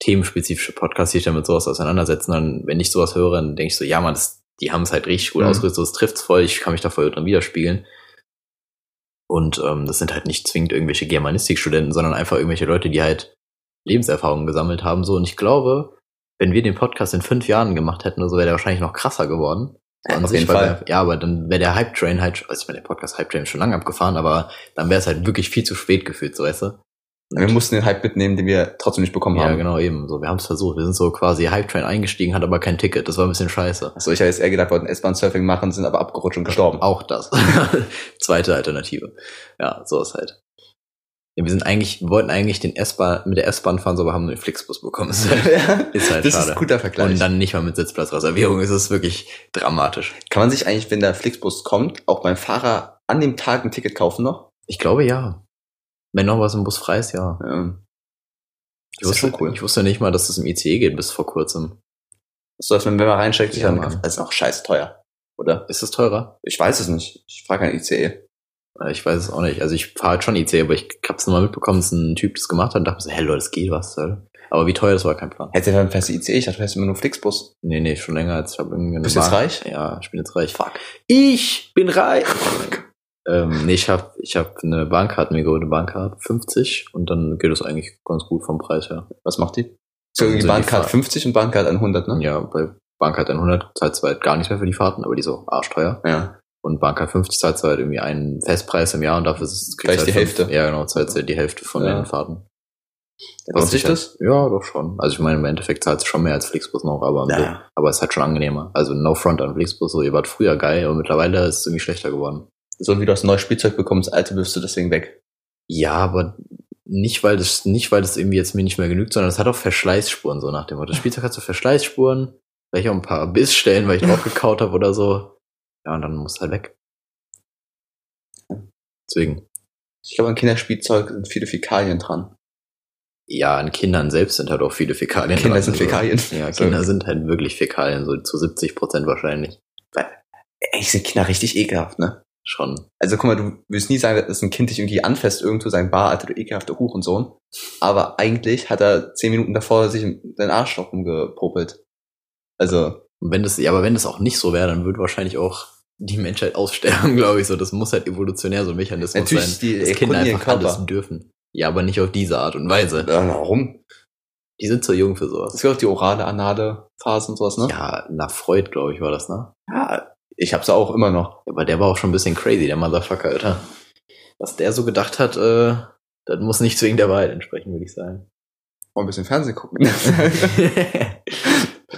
themenspezifische Podcasts, die sich damit sowas auseinandersetzen. Und wenn ich sowas höre, dann denke ich so, ja, man, das, die haben es halt richtig gut Mhm. ausgerüstet, das trifft's voll, ich kann mich da voll drin widerspiegeln. Und ähm, das sind halt nicht zwingend irgendwelche Germanistikstudenten, sondern einfach irgendwelche Leute, die halt Lebenserfahrungen gesammelt haben. So, und ich glaube, wenn wir den Podcast in fünf Jahren gemacht hätten, oder so wäre der wahrscheinlich noch krasser geworden. So Ja, an auf sich, jeden weil Fall. Wir, ja, aber dann wäre der Hype Train halt, also ich meine, der Podcast Hype Train ist schon lange abgefahren, aber dann wäre es halt wirklich viel zu spät gefühlt, so weißt du? Wir mussten den Hype mitnehmen, den wir trotzdem nicht bekommen Ja, haben. genau, eben. So, wir haben es versucht. Wir sind so quasi Hype Train eingestiegen, hat aber kein Ticket. Das war ein bisschen scheiße. Achso, Also ich hätte jetzt eher gedacht, wir wollten S-Bahn-Surfing machen, sind aber abgerutscht und gestorben. [laughs] Auch das. [laughs] Zweite Alternative. Ja, so ist halt. Ja, wir sind eigentlich, wir wollten eigentlich den S-Bahn, mit der S-Bahn fahren, so, aber haben nur den Flixbus bekommen. [laughs] Ist halt, ist halt das schade. ist ein guter Vergleich. Und dann nicht mal mit Sitzplatzreservierung. Es ist wirklich dramatisch. Kann man sich eigentlich, wenn der Flixbus kommt, auch beim Fahrer an dem Tag ein Ticket kaufen noch? Ich glaube, ja. Wenn noch was im Bus frei ist, ja. Ähm, Ich Das ist wusste, schon cool. ich wusste nicht mal, dass das im ICE geht bis vor kurzem. so dass man, wenn man reinsteckt, sich Ja, genau. dann Mann. kauft. Das ist auch scheiß teuer, oder? Ist es teurer? Ich weiß es nicht. Ich frage ein ICE. Äh, Ich weiß es auch nicht. Also ich fahre halt schon IC, aber ich hab's nur mal mitbekommen, dass ein Typ das gemacht hat und dachte mir so, hey Leute, das geht was soll. Aber wie teuer, das war kein Plan. Hätte er dann feste ICE? E? Ich dachte, du hättest immer nur Flixbus. Nee, nee, schon länger als ich habe irgendwie eine Bist du jetzt Bar- reich? Ja, ich bin jetzt reich. Fuck. Ich bin [laughs] reich. ähm, nee, ich habe ich hab eine Bankkarte, mir geholt eine Bankkarte, 50 und dann geht es eigentlich ganz gut vom Preis her. Was macht die? So, Dann irgendwie sind die Bahncard Fahr- 50 und Bahncard 100, ne? Ja, bei Bankkarte 100 zahlt zwar halt gar nichts mehr für die Fahrten, aber die ist auch arschteuer. Ja. Und Bankkarte 50 zahlt zwar halt irgendwie einen Festpreis im Jahr und dafür ist kriegst Gleich halt die fünf- Hälfte. Ja, genau, zahlt halt die Hälfte von Ja. den Fahrten. halt. Lohnt sich das? Ja, doch schon. Also ich meine, im Endeffekt zahlt es schon mehr als Flixbus noch, aber, Ja. aber es ist halt schon angenehmer. Also no front an Flixbus, so ihr wart früher geil, aber mittlerweile ist es irgendwie schlechter geworden. So wie du das neue Spielzeug bekommst, alte wirfst du deswegen weg. Ja, aber nicht, weil das, nicht, weil das irgendwie jetzt mir nicht mehr genügt, sondern es hat auch Verschleißspuren, so nach dem Motto. Das Spielzeug hat so Verschleißspuren, vielleicht auch ein paar Bissstellen, weil ich drauf gekaut habe oder so. Ja, und dann muss es halt weg. Deswegen. Ich glaube, an Kinderspielzeug sind viele Fäkalien dran. Ja, an Kindern selbst sind halt auch viele Fäkalien. Kinder dran, sind also- Fäkalien. Ja, So. Kinder sind halt wirklich Fäkalien, so zu 70 Prozent wahrscheinlich. Echt sind Kinder richtig ekelhaft, ne? Schon. Also guck mal, du willst nie sagen, dass ein Kind dich irgendwie anfasst, irgendwo sein Bar, alter, du ekelhafter Hurensohn. Aber eigentlich hat er zehn Minuten davor sich in den Arsch noch rumgepopelt. Also, Und wenn das, ja, aber wenn das auch nicht so wäre, dann würde wahrscheinlich auch die Menschheit [laughs] aussterben, glaube ich. So, das muss halt evolutionär so ein Mechanismus natürlich sein. die Dass Kinder erkunden ihren einfach alles Körper. dürfen. Ja, aber nicht auf diese Art und Weise. Ja, warum? Die sind zu jung für Es sowas. gibt auch die orale, anale Phase und sowas, ne? Ja, nach Freud, glaube ich, war das, ne? ja ich hab's auch immer noch. Aber der war auch schon ein bisschen crazy, der Motherfucker, Alter. Was der so gedacht hat, äh, das muss nicht zwingend der Wahrheit entsprechen, würde ich sagen. Mal ein bisschen [laughs] Fernsehen gucken. [laughs]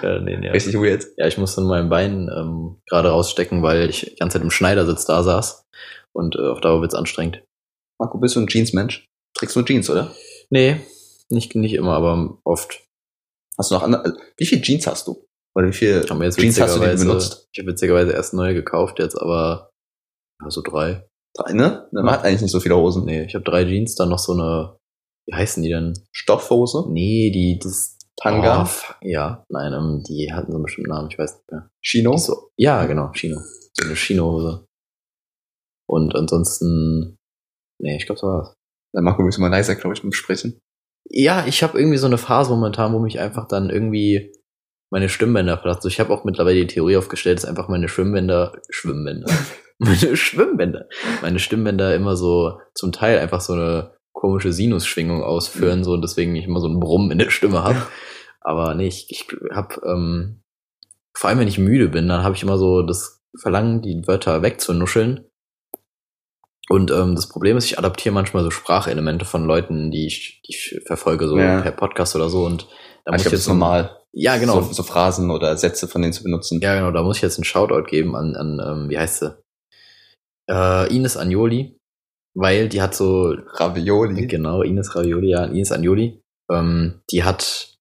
ja, nee, nee. richtig weird. Ja, ich musste mein Bein ähm, gerade rausstecken, weil ich die ganze Zeit im Schneidersitz da saß. Und äh, auf Dauer wird's anstrengend. Marco, bist du ein Jeans-Mensch? Trägst nur Jeans, oder? Nee, nicht, nicht immer, aber oft. Hast du noch andere? also, Wie viel Jeans hast du? Oder wie viel Ich habe jetzt Jeans hast du die witzigerweise, benutzt? ich habe witzigerweise erst neue gekauft, jetzt aber ja, so drei. Drei, ne? Man hat eigentlich nicht so viele Hosen. Nee, ich habe drei Jeans, dann noch so eine, wie heißen die denn? Stoffhose, Nee, die, das Tanga, Oh, fuck, ja, nein, ähm, die hatten so einen bestimmten Namen, ich weiß nicht mehr. Chino. Die So, ja, genau, Chino. So eine Chino-Hose. Und ansonsten, nee, ich glaube, so war's. Dann Marco, willst du mal leiser, glaube ich, mit dem Sprechen? ja, ich habe irgendwie so eine Phase momentan, wo mich einfach dann irgendwie meine Schwimmbänder verlassen. Ich habe auch mittlerweile die Theorie aufgestellt, dass einfach meine Schwimmbänder, Schwimmbänder, [laughs] meine Schwimmbänder, meine Stimmbänder immer so zum Teil einfach so eine komische Sinusschwingung ausführen, so und deswegen ich immer so ein Brummen in der Stimme habe. Aber nee, ich, ich habe ähm, vor allem wenn ich müde bin, dann habe ich immer so das Verlangen, die Wörter wegzunuscheln. Und ähm, das Problem ist, ich adaptiere manchmal so Sprachelemente von Leuten, die ich, die ich verfolge, so Ja. per Podcast oder so. Und da Aber Ah, muss ich ich glaube, das jetzt ist normal. Ja, genau. So, so Phrasen oder Sätze von denen zu benutzen. Ja, genau, da muss ich jetzt einen Shoutout geben an, an ähm, wie heißt sie? Äh, Ines Agnoli, weil die hat so, Ravioli. genau, Ines Ravioli, ja, Ines Agnoli, ähm, die hat,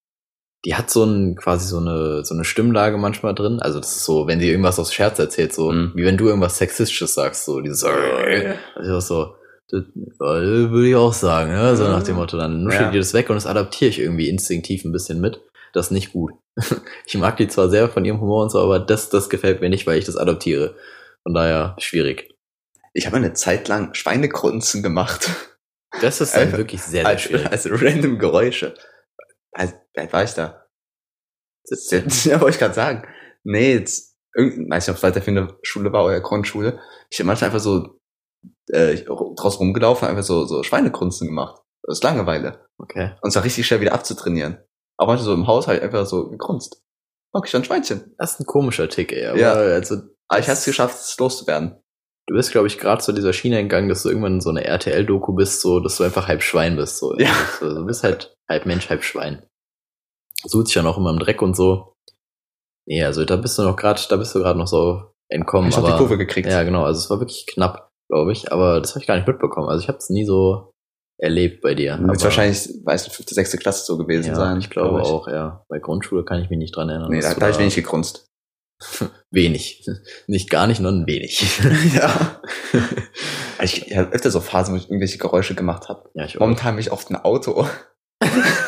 die hat so ein, quasi so eine, so eine Stimmlage manchmal drin. Also das ist so, wenn sie irgendwas aus Scherz erzählt, so, Mhm. wie wenn du irgendwas Sexistisches sagst, so dieses, äh, also auch so, das äh, würde ich auch sagen, ne? so nach dem Motto, dann nuschel Ja. dir das weg und das adaptiere ich irgendwie instinktiv ein bisschen mit. Das ist nicht gut. [laughs] ich mag die zwar sehr von ihrem Humor und so, aber das, das gefällt mir nicht, weil ich das adaptiere. Von daher schwierig. Ich habe eine Zeit lang Schweinegrunzen gemacht. Das ist dann Äh, wirklich sehr, sehr Als, schwierig. als random Geräusche. Als, als war ich da? 17. [laughs] Ja, wollte ich gerade sagen. Nee, jetzt, irgend, weiß nicht, ob es weiterführende Schule war, euer Grundschule. Ich bin manchmal einfach so äh, ich- draußen rumgelaufen, einfach so, so Schweinegrunzen gemacht. Aus Langeweile. [laughs] Okay. Und es war richtig schwer wieder abzutrainieren. Aber heute so im Haus habe ich einfach so gegrunzt. Mag ich ein Schweinchen. Das ist ein komischer Tick, ey. Aber Ja. also, Aber ich habe es geschafft, es loszuwerden. du bist, glaube ich, gerade zu dieser Schiene gegangen, dass du irgendwann so eine RTL-Doku bist, so, dass du einfach halb Schwein bist. So. Ja. Also, du bist halt halb Mensch, halb Schwein. Sucht sich ja noch immer im Dreck und so. Nee, also da bist du noch gerade, da bist du gerade noch so entkommen. Ich habe aber, die Kurve gekriegt. ja, genau. Also es war wirklich knapp, glaube ich. Aber das habe ich gar nicht mitbekommen. Also ich habe es nie so erlebt bei dir. Wird Aber- wahrscheinlich, weiß nicht, fünfte, sechste Klasse so gewesen ja, sein. Ich glaube glaub auch, ja. Bei Grundschule kann ich mich nicht dran erinnern. Nee, dass da, du da habe ich wenig [laughs] gegrunzt. Wenig. [laughs] Nicht gar nicht, sondern [laughs] wenig. ja. Ich, ich habe öfter so Phasen, wo ich irgendwelche Geräusche gemacht habe. ja, ich auch. Momentan bin ich oft ein Auto. [laughs]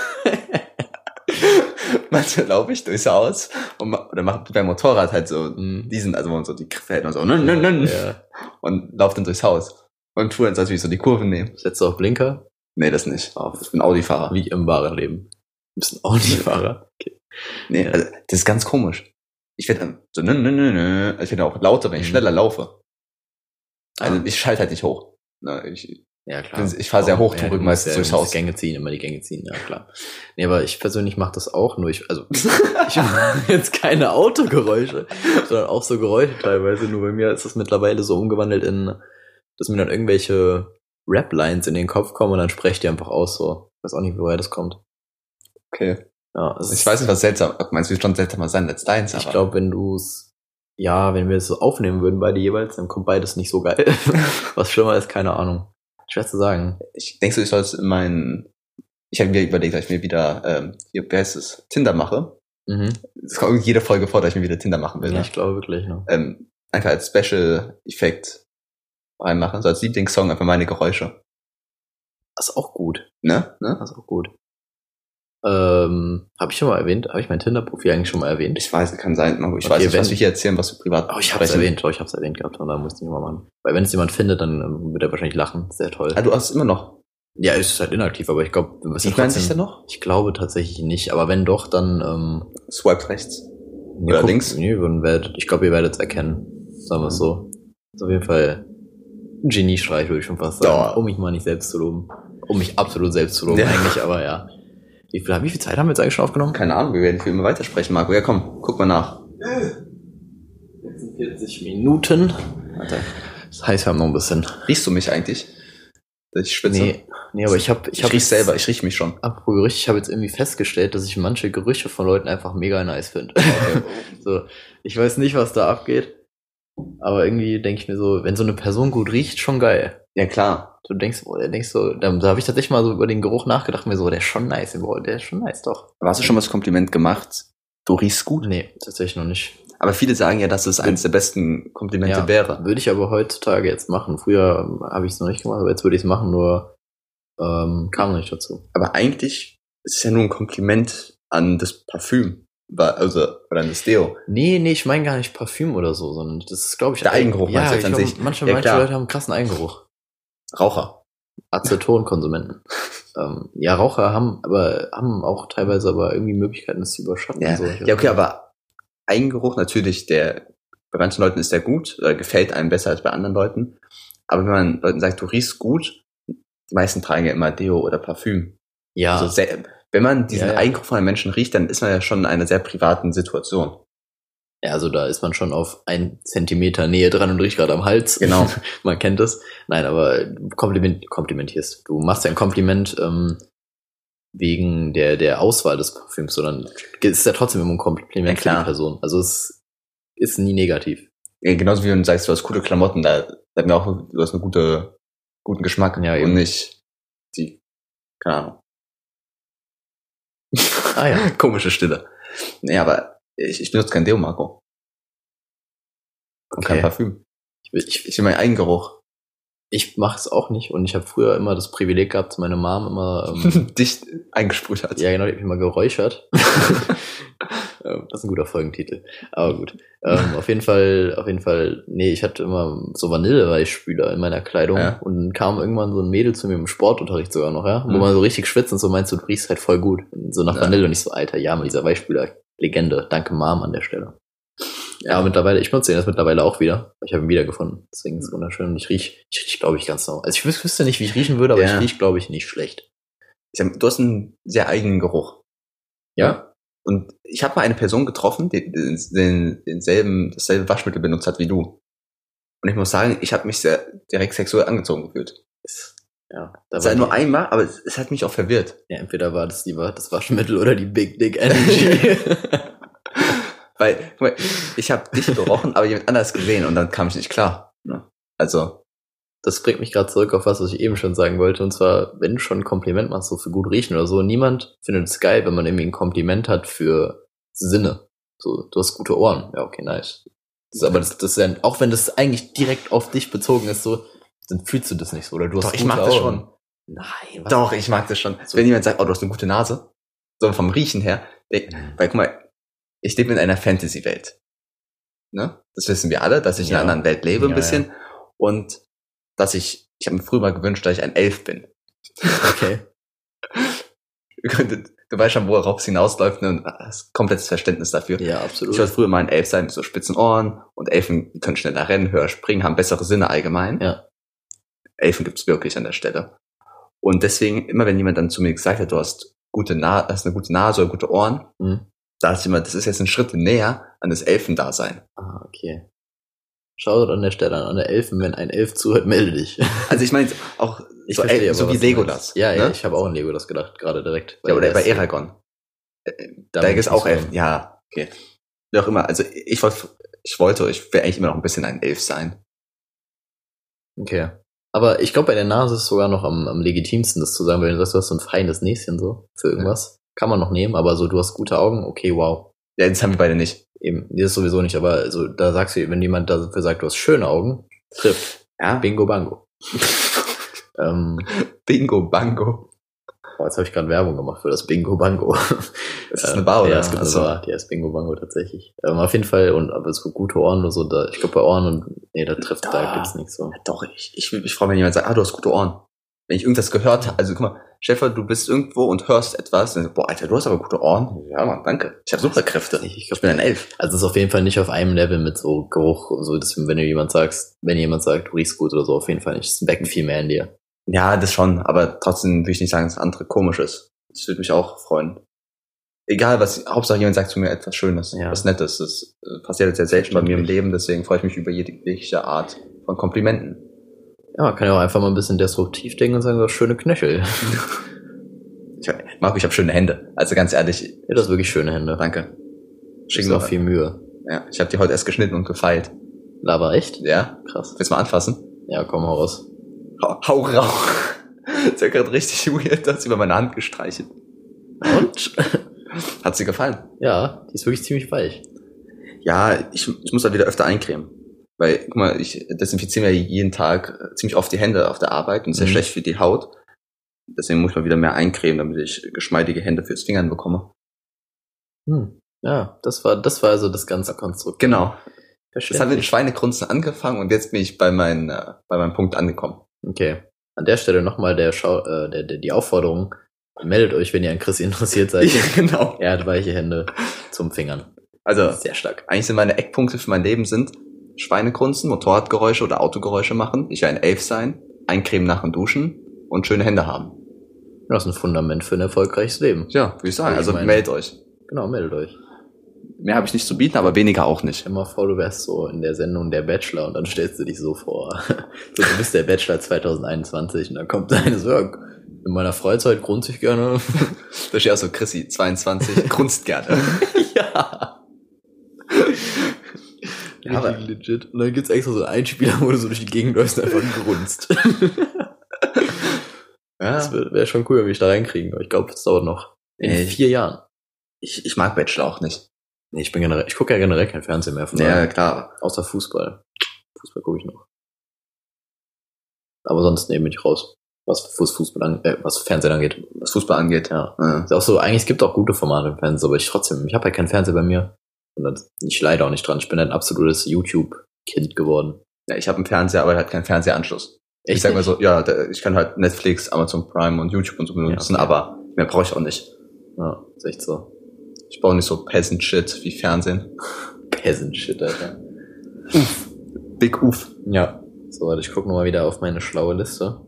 Manchmal laufe ich durchs Haus und ma oder mache beim Motorrad halt so Mhm. diesen, also wo man so die Griffel und so nun, nun, nun, Ja. und laufe dann durchs Haus und tue dann so, als würde ich so die Kurven nehmen. Setzt du auf Blinker? Nee, das nicht. Oh, Ich bin Audi-Fahrer. Wie im wahren Leben. Du bist ein Audi-Fahrer. Nee, also, das ist ganz komisch. Ich werde dann so nun, nun, nun, nun. Also, Ich werde auch lauter, wenn ich Mhm. schneller laufe. Also Ah. ich schalte halt nicht hoch. Na, ich, Ja, klar. Ich fahre sehr hoch, Oh, ja, drück du musst ja, meistens durchs du musst Haus. Gänge ziehen, immer die Gänge ziehen, ja klar. Nee, aber ich persönlich mache das auch, nur ich, also ich mache jetzt keine Autogeräusche, sondern auch so Geräusche teilweise. Nur bei mir ist das mittlerweile so umgewandelt in, dass mir dann irgendwelche Rap-Lines in den Kopf kommen und dann spreche ich die einfach aus so. Ich weiß auch nicht, woher das kommt. okay. Ja, es Ich ist- weiß nicht, was seltsam. Meinst du, es wird schon seltsamer sein als deins? Ich glaube, wenn du es, ja, wenn wir es so aufnehmen würden, beide jeweils, dann kommt beides nicht so [laughs] geil. was schlimmer ist, keine Ahnung. Schwer zu sagen. ich denkst du, ich soll es in meinen. Ich habe mir überlegt, dass ich mir wieder, ähm, hier, wie heißt es, Tinder mache. Mhm. Es kommt irgendwie jede Folge vor, dass ich mir wieder Tinder machen will. Ja, Ne? ich glaube wirklich, ne? Ähm, einfach als Special-Effekt reinmachen, so als Lieblingssong, einfach meine Geräusche. Das ist auch gut. Ne? ne? Das ist auch gut. Ähm, habe ich schon mal erwähnt? Habe ich mein Tinder-Profil eigentlich schon mal erwähnt? Ich weiß, kann sein, aber ich Okay, weiß nicht, wenn- was wir hier erzählen, was wir privat Oh, ich habe es erwähnt. Oh, ich habe es erwähnt gehabt und da muss ich nicht mal machen. Weil wenn es jemand findet, dann ähm, wird er wahrscheinlich lachen. Sehr toll. Ah, du hast es immer noch. ja, es ist halt inaktiv, aber Also ich glaube, wir müssen Sieht man sich trotzdem... denn noch? Ich glaube tatsächlich nicht, aber wenn doch, dann... Ähm, Swipe rechts. nee, Oder guckt- links? Nee, dann werdet, ich glaube, ihr werdet es erkennen. Sagen wir Mhm. es so. Ist auf jeden Fall ein Geniestreich, würde ich schon fast sagen. Ja. Um mich mal nicht selbst zu loben. Um mich absolut selbst zu loben Ja. eigentlich, aber ja. Wie viel, wie viel Zeit haben wir jetzt eigentlich schon aufgenommen? Keine Ahnung, wir werden viel immer weitersprechen, Marco. Ja, komm, guck mal nach. 40 Minuten. Alter. Das heißt, wir haben noch ein bisschen. Riechst du mich eigentlich? Dass Ich schwitze. Nee, nee aber ich habe ich, ich hab riech jetzt- selber, ich riech mich schon. Apropos Gerüche, ich habe jetzt irgendwie festgestellt, dass ich manche Gerüche von Leuten einfach mega nice [laughs] finde. [laughs] so, ich weiß nicht, was da abgeht. Aber irgendwie denke ich mir so, wenn so eine Person gut riecht, schon geil. Ja, klar. Du denkst, boah, der denkst so, da, da habe ich tatsächlich mal so über den Geruch nachgedacht, mir so, der ist schon nice, boah, der ist schon nice, doch. Aber hast du schon mal das Kompliment gemacht? Du riechst gut. Nee, tatsächlich noch nicht. Aber viele sagen ja, dass es eines der besten Komplimente Ja. wäre. Würde ich aber heutzutage jetzt machen. Früher ähm, habe ich es noch nicht gemacht, aber jetzt würde ich es machen, nur ähm, kam noch nicht dazu. Aber eigentlich ist es ja nur ein Kompliment an das Parfüm. Wa- Also, oder an das Deo. Nee, nee, ich meine gar nicht Parfüm oder so, sondern das ist, glaube ich, Der Eigengeruch ja, meinst du ich jetzt an glaub, sich? Manche, Ja, manche klar. Leute haben einen krassen Eigengeruch. Raucher. Aceton-Konsumenten. [laughs] Ähm, ja, Raucher haben aber haben auch teilweise aber irgendwie Möglichkeiten, das zu überschatten. Ja, so. ja okay, aber ein Geruch natürlich, der bei manchen Leuten ist der gut oder gefällt einem besser als bei anderen Leuten. Aber wenn man Leuten sagt, du riechst gut, die meisten tragen ja immer Deo oder Parfüm. ja. Also sehr, wenn man Ah. diesen Ja, ja. Eigengeruch von einem Menschen riecht, dann ist man ja schon in einer sehr privaten Situation. Ja, also da ist man schon auf ein Zentimeter Nähe dran und riecht gerade am Hals. [laughs] Genau. man kennt das. Nein, aber du kompliment, komplimentierst. Du machst ja ein Kompliment ähm, wegen der, der Auswahl des Parfüms, sondern es ist ja trotzdem immer ein Kompliment Ja, für klar. die Person. Also es ist nie negativ. Ja, genauso wie wenn du sagst, du hast coole Klamotten, da sagt mir auch, du hast einen gute, guten Geschmack Ja, und eben. nicht die, keine Ahnung. Ah ja. Komische Stille. Nee, aber ich, ich benutze kein Deo, Marco. Und kein Okay. Parfüm. Ich, ich, Ich will meinen eigenen Geruch. [laughs] ich mache es auch nicht und ich habe früher immer das Privileg gehabt, dass meine Mom immer ähm, Dicht eingesprüht hat. Ja, genau, ich habe immer [laughs] geräuchert. Ähm, das ist ein guter Folgentitel. Aber gut. Ähm, auf jeden Fall, auf jeden Fall, nee, ich hatte immer so Vanillereisspüler in meiner Kleidung Ja. und dann kam irgendwann so ein Mädel zu mir im Sportunterricht sogar noch, ja, wo Mhm. man so richtig schwitzt und so meinst du, du riechst halt voll gut. Und so nach Ja. Vanille und ich so, alter, ja, mit dieser Weichspüler, Legende. Danke, Mom, an der Stelle. Ja, aber mittlerweile, ich benutze den jetzt mittlerweile auch wieder. Ich habe ihn wiedergefunden. Deswegen ist es wunderschön. Und ich riech, ich riech, glaube ich, ganz normal. Also ich wüs- wüsste nicht, wie ich riechen würde, aber Ja. ich riech, glaube ich, nicht schlecht. Ich sag, Du hast einen sehr eigenen Geruch. Ja. Und ich habe mal eine Person getroffen, die den, den, denselben, dasselbe Waschmittel benutzt hat wie du. Und ich muss sagen, ich habe mich sehr direkt sexuell angezogen gefühlt. Ja, da Das war war nur die- einmal, aber es, es hat mich auch verwirrt. Ja, entweder war das die, das Waschmittel oder die Big Dick [laughs] Energy. Weil, guck mal, ich habe dich gerochen, aber jemand anders gesehen und dann kam ich nicht klar. ne? Also, das bringt mich gerade zurück auf was, was ich eben schon sagen wollte. Und zwar, wenn du schon ein Kompliment machst, so für gut riechen oder so, niemand findet es geil, wenn man irgendwie ein Kompliment hat für Sinne. So, du hast gute Ohren. Ja, okay, nice. Das ist aber das, das ist ja, auch wenn das eigentlich direkt auf dich bezogen ist, so, dann fühlst du das nicht so. Oder du hast Doch, ich gute mag Augen. das schon. Nein, was? doch, ich mag das schon. Wenn jemand sagt, oh, du hast eine gute Nase, so vom Riechen her, denk, weil guck mal, ich lebe in einer Fantasy-Welt. Ne? Das wissen wir alle, dass ich in Ja. einer anderen Welt lebe ein Ja, bisschen und dass ich, ich habe mir früher mal gewünscht, dass ich ein Elf bin. [laughs] Okay. Ihr könntet, du weißt schon, worauf es hinausläuft ne? und hast komplettes Verständnis dafür. Ja, Ich absolut. wollte früher mal ein Elf sein mit so spitzen Ohren und Elfen können schneller rennen, höher springen, haben bessere Sinne allgemein. Ja. Elfen gibt's wirklich an der Stelle. Und deswegen, immer wenn jemand dann zu mir gesagt hat, du hast gute Na hast eine gute Nase oder gute Ohren, Mhm. da ist immer, das ist jetzt ein Schritt näher an das Elfendasein. Ah, okay. Schau an der Stelle an, an der Elfen, wenn ein Elf zuhört, melde dich. Also ich meine jetzt auch [laughs] Ich so, verstehe Elfen, aber, so wie was du Legolas. meinst. Ja, ja, ne? ich habe auch an Legolas gedacht, gerade direkt. ja oder der bei ist- Eragon. da Da bin gibt es ich auch nicht so- Elfen. Ja, okay. Wie auch immer, also ich wollte, ich wollte, ich will eigentlich immer noch ein bisschen ein Elf sein. Okay. Aber ich glaube, bei der Nase ist sogar noch am, am legitimsten, das zu sagen, weil du sagst, du hast so ein feines Näschen so für irgendwas. Kann man noch nehmen, aber so, du hast gute Augen, okay, wow. Ja, das haben wir beide nicht. Eben, nee, das sowieso nicht, aber so, da sagst du, wenn jemand dafür sagt, du hast schöne Augen, trifft. Ja. Bingo [laughs] Bango. ähm, Bingo, Bango. boah, jetzt habe ich gerade Werbung gemacht für das Bingo Bango. Ist das eine Bar oder ja, was gibt es also, so? ja, die heißt Bingo Bango tatsächlich. Ähm, auf jeden Fall, und aber so gute Ohren und so, da, ich glaube bei Ohren und nee, da trifft, da Ah. gibt's nichts so. Doch, ich, ich, ich freue mich, wenn jemand sagt, ah, du hast gute Ohren. Wenn ich irgendwas gehört habe, also guck mal, Stefan, du bist irgendwo und hörst etwas, dann, boah, Alter, du hast aber gute Ohren. Ja, Mann, danke. Ich habe Superkräfte. Ich, ich Ich glaube, bin ein Elf. also es ist auf jeden Fall nicht auf einem Level mit so Geruch und so, dass, wenn du jemand sagst, wenn jemand sagt, du riechst gut oder so, auf jeden Fall nicht. Es weckt viel mehr in dir. Ja, das schon, aber trotzdem will ich nicht sagen, dass das andere komisch ist. Das würde mich auch freuen. Egal, was, Hauptsache jemand sagt zu mir etwas Schönes, Ja. was Nettes. Das äh, passiert jetzt sehr selten bei mir im Leben, deswegen freue ich mich über jegliche Art von Komplimenten. Ja, man kann ja auch einfach mal ein bisschen destruktiv denken und sagen, du hast schöne Knöchel. [laughs] Ich, hab- Marco, ich habe schöne Hände. Also ganz ehrlich, Ja, das ist wirklich schöne Hände. danke. Schick Schick mir mir auch viel Mühe. Ja, ich habe die heute erst geschnitten und gefeilt. Laber echt? Ja, Krass. Willst du mal anfassen? Ja, komm, hau raus. Hau, hau rauf. Ist ja gerade richtig weird, dass sie über meine Hand gestreichelt. Und? Hat sie gefallen? Ja, die ist wirklich ziemlich weich. Ja, ich, ich muss da wieder öfter eincremen. Weil, guck mal, ich desinfiziere mir jeden Tag äh, ziemlich oft die Hände auf der Arbeit und ist ja Mhm. schlecht für die Haut. Deswegen muss ich mal wieder mehr eincremen, damit ich geschmeidige Hände fürs Fingern bekomme. Hm. Ja, das war, das war also das ganze Konstrukt. Genau. Das hat mit Verständlich. [laughs] Schweinegrunzen angefangen und jetzt bin ich bei, meinen, äh, bei meinem Punkt angekommen. Okay. an der Stelle nochmal der Schau, äh, der, der, die Aufforderung, meldet euch, wenn ihr an Chris interessiert [laughs] seid. genau. Er hat weiche Hände zum Fingern. Also, Sehr stark. eigentlich sind meine Eckpunkte für mein Leben sind Schweinegrunzen, Motorradgeräusche oder Autogeräusche machen, ich ein Elf sein, eincremen nach dem Duschen und schöne Hände haben. Das ist ein Fundament für ein erfolgreiches Leben. Ja, würde ich sagen. Ich Also meine- meldet euch. Genau, meldet euch. Mehr habe ich nicht zu bieten, aber weniger auch nicht. Stell mal vor, du wärst so in der Sendung der Bachelor und dann stellst du dich so vor. [laughs] So, du bist der Bachelor 2021 und dann kommt [laughs] deine so, ja, in meiner Freizeit grunze ich gerne. Da steht auch so Chrissy, [laughs] 22, grunzt gerne. [laughs] ja. ja aber Richtig legit. Und dann gibt's extra so einen Einspieler, wo du so durch die Gegend läufst und einfach [laughs] grunzt. Das Ja. wäre wär schon cool, wenn wir dich da reinkriegen. Aber ich glaube, es dauert noch. In Ey. vier Jahren. Ich, ich mag Bachelor auch nicht. Nee, ich bin generell, ich gucke ja generell kein Fernsehen mehr von Ja, daher. klar. Außer Fußball. Fußball gucke ich noch. Aber sonst nehme ich raus. Was, was Fußball an, äh, was Fernsehen angeht. Was Fußball angeht. Ja. Ja. Ist auch so, eigentlich es gibt auch gute Formate im Fernsehen, aber ich trotzdem, ich habe halt keinen Fernseher bei mir. Und dann, ich leide auch nicht dran. Ich bin ein absolutes YouTube-Kind geworden. Ja, ich habe einen Fernseher, aber der hat keinen Fernsehanschluss. ich Echt sag mal nicht? so, ja, da, ich kann halt Netflix, Amazon Prime und YouTube und so benutzen, okay. aber mehr brauche ich auch nicht. Ja, ist echt so. Ich brauche nicht so Peasant-Shit wie Fernsehen. Peasant-Shit, Alter. Big Uf. Ja. So, warte, ich gucke nochmal wieder auf meine schlaue Liste.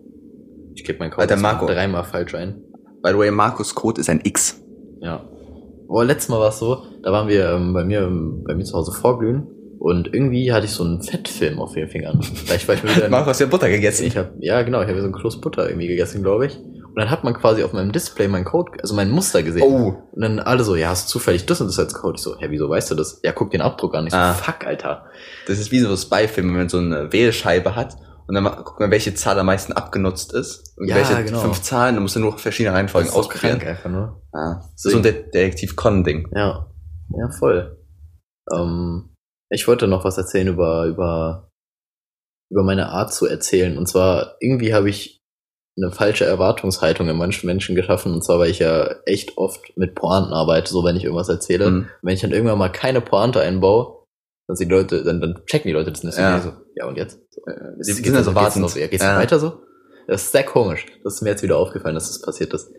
Ich gebe meinen Code Alter, jetzt Marco. dreimal falsch ein. By the way, Markus Code ist ein X. Ja. Boah, letztes Mal war es so, da waren wir ähm, bei, mir, ähm, bei mir zu Hause vorglühen und irgendwie hatte ich so einen Fettfilm auf den Fingern. Vielleicht war ich [laughs] mir wieder ein, Markus hat Butter gegessen. ich hab, Ja, genau, ich habe so einen Kloß Butter irgendwie gegessen, glaube ich. Und dann hat man quasi auf meinem Display mein Code, also mein Muster gesehen. Oh, Und dann alle so, ja, hast du zufällig das und das als Code? Ich so, hä, wieso weißt du das? Ja, guck den Abdruck an. Ich so, Ah. fuck, Alter. das ist wie so ein Spy-Film, wenn man so eine Wählscheibe hat und dann ma- guckt man, welche Zahl am meisten abgenutzt ist und Ja, welche genau. fünf Zahlen, dann musst du nur verschiedene Reihenfolgen so ausprobieren. einfach nur. Ja. Das ist so ein De Detektiv-Con-Ding. Ja, ja, voll. Ähm, ich wollte noch was erzählen über, über, über meine Art zu erzählen. Und zwar, irgendwie habe ich eine falsche Erwartungshaltung in manchen Menschen geschaffen. Und zwar, weil ich ja echt oft mit Pointen arbeite, so wenn ich irgendwas erzähle. Mhm. Wenn ich dann irgendwann mal keine Pointe einbaue, dann sind die Leute, dann, dann checken die Leute das nicht. Ja. Ja. So, ja, und jetzt? So, äh, Sie geht's sind also noch- geht's wartend. noch so? Ja, geht's Ja. noch weiter so? Das ist sehr komisch. Das ist mir jetzt wieder aufgefallen, dass das passiert ist.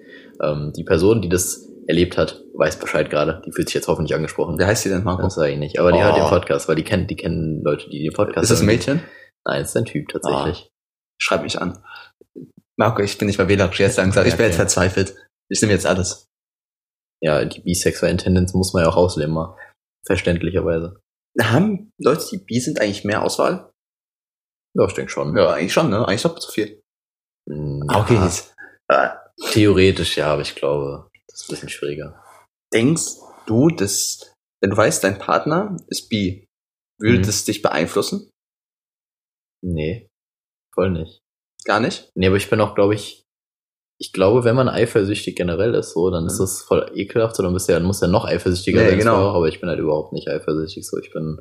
Ähm, die Person, die das erlebt hat, weiß Bescheid gerade. Die fühlt sich jetzt hoffentlich angesprochen. Wie heißt sie denn, Das Markus? sage ich nicht. Aber die Oh. hört den Podcast, weil die kennen, die kennen Leute, die den Podcast Ist das ein hören. Mädchen? Ah. Nein, es ist ein Typ tatsächlich. Schreib mich an. Marco, ich bin nicht mehr wählerisch jetzt langsam. Ich bin jetzt Okay. verzweifelt. Ich nehme jetzt alles. Ja, die bisexuellen Tendenz muss man ja auch ausleben, mal. Verständlicherweise. Haben Leute, die bi sind, eigentlich mehr Auswahl? Ja, ich denke schon. Ja, eigentlich schon, ne? Eigentlich doppelt so viel. Hm, Ah, ja, jetzt. Äh, Theoretisch ja, aber ich glaube, das ist ein bisschen schwieriger. denkst du, dass, wenn du weißt, dein Partner ist bi, würde Mhm. das dich beeinflussen? Nee, voll nicht. Gar nicht? Nee, aber ich bin auch, glaube ich, ich glaube, wenn man eifersüchtig generell ist, so, dann ist das voll ekelhaft, so, dann bist du ja, dann muss ja noch eifersüchtiger Mhm. Nee, sein. als genau. vorher, Aber ich bin halt überhaupt nicht eifersüchtig, so, ich bin,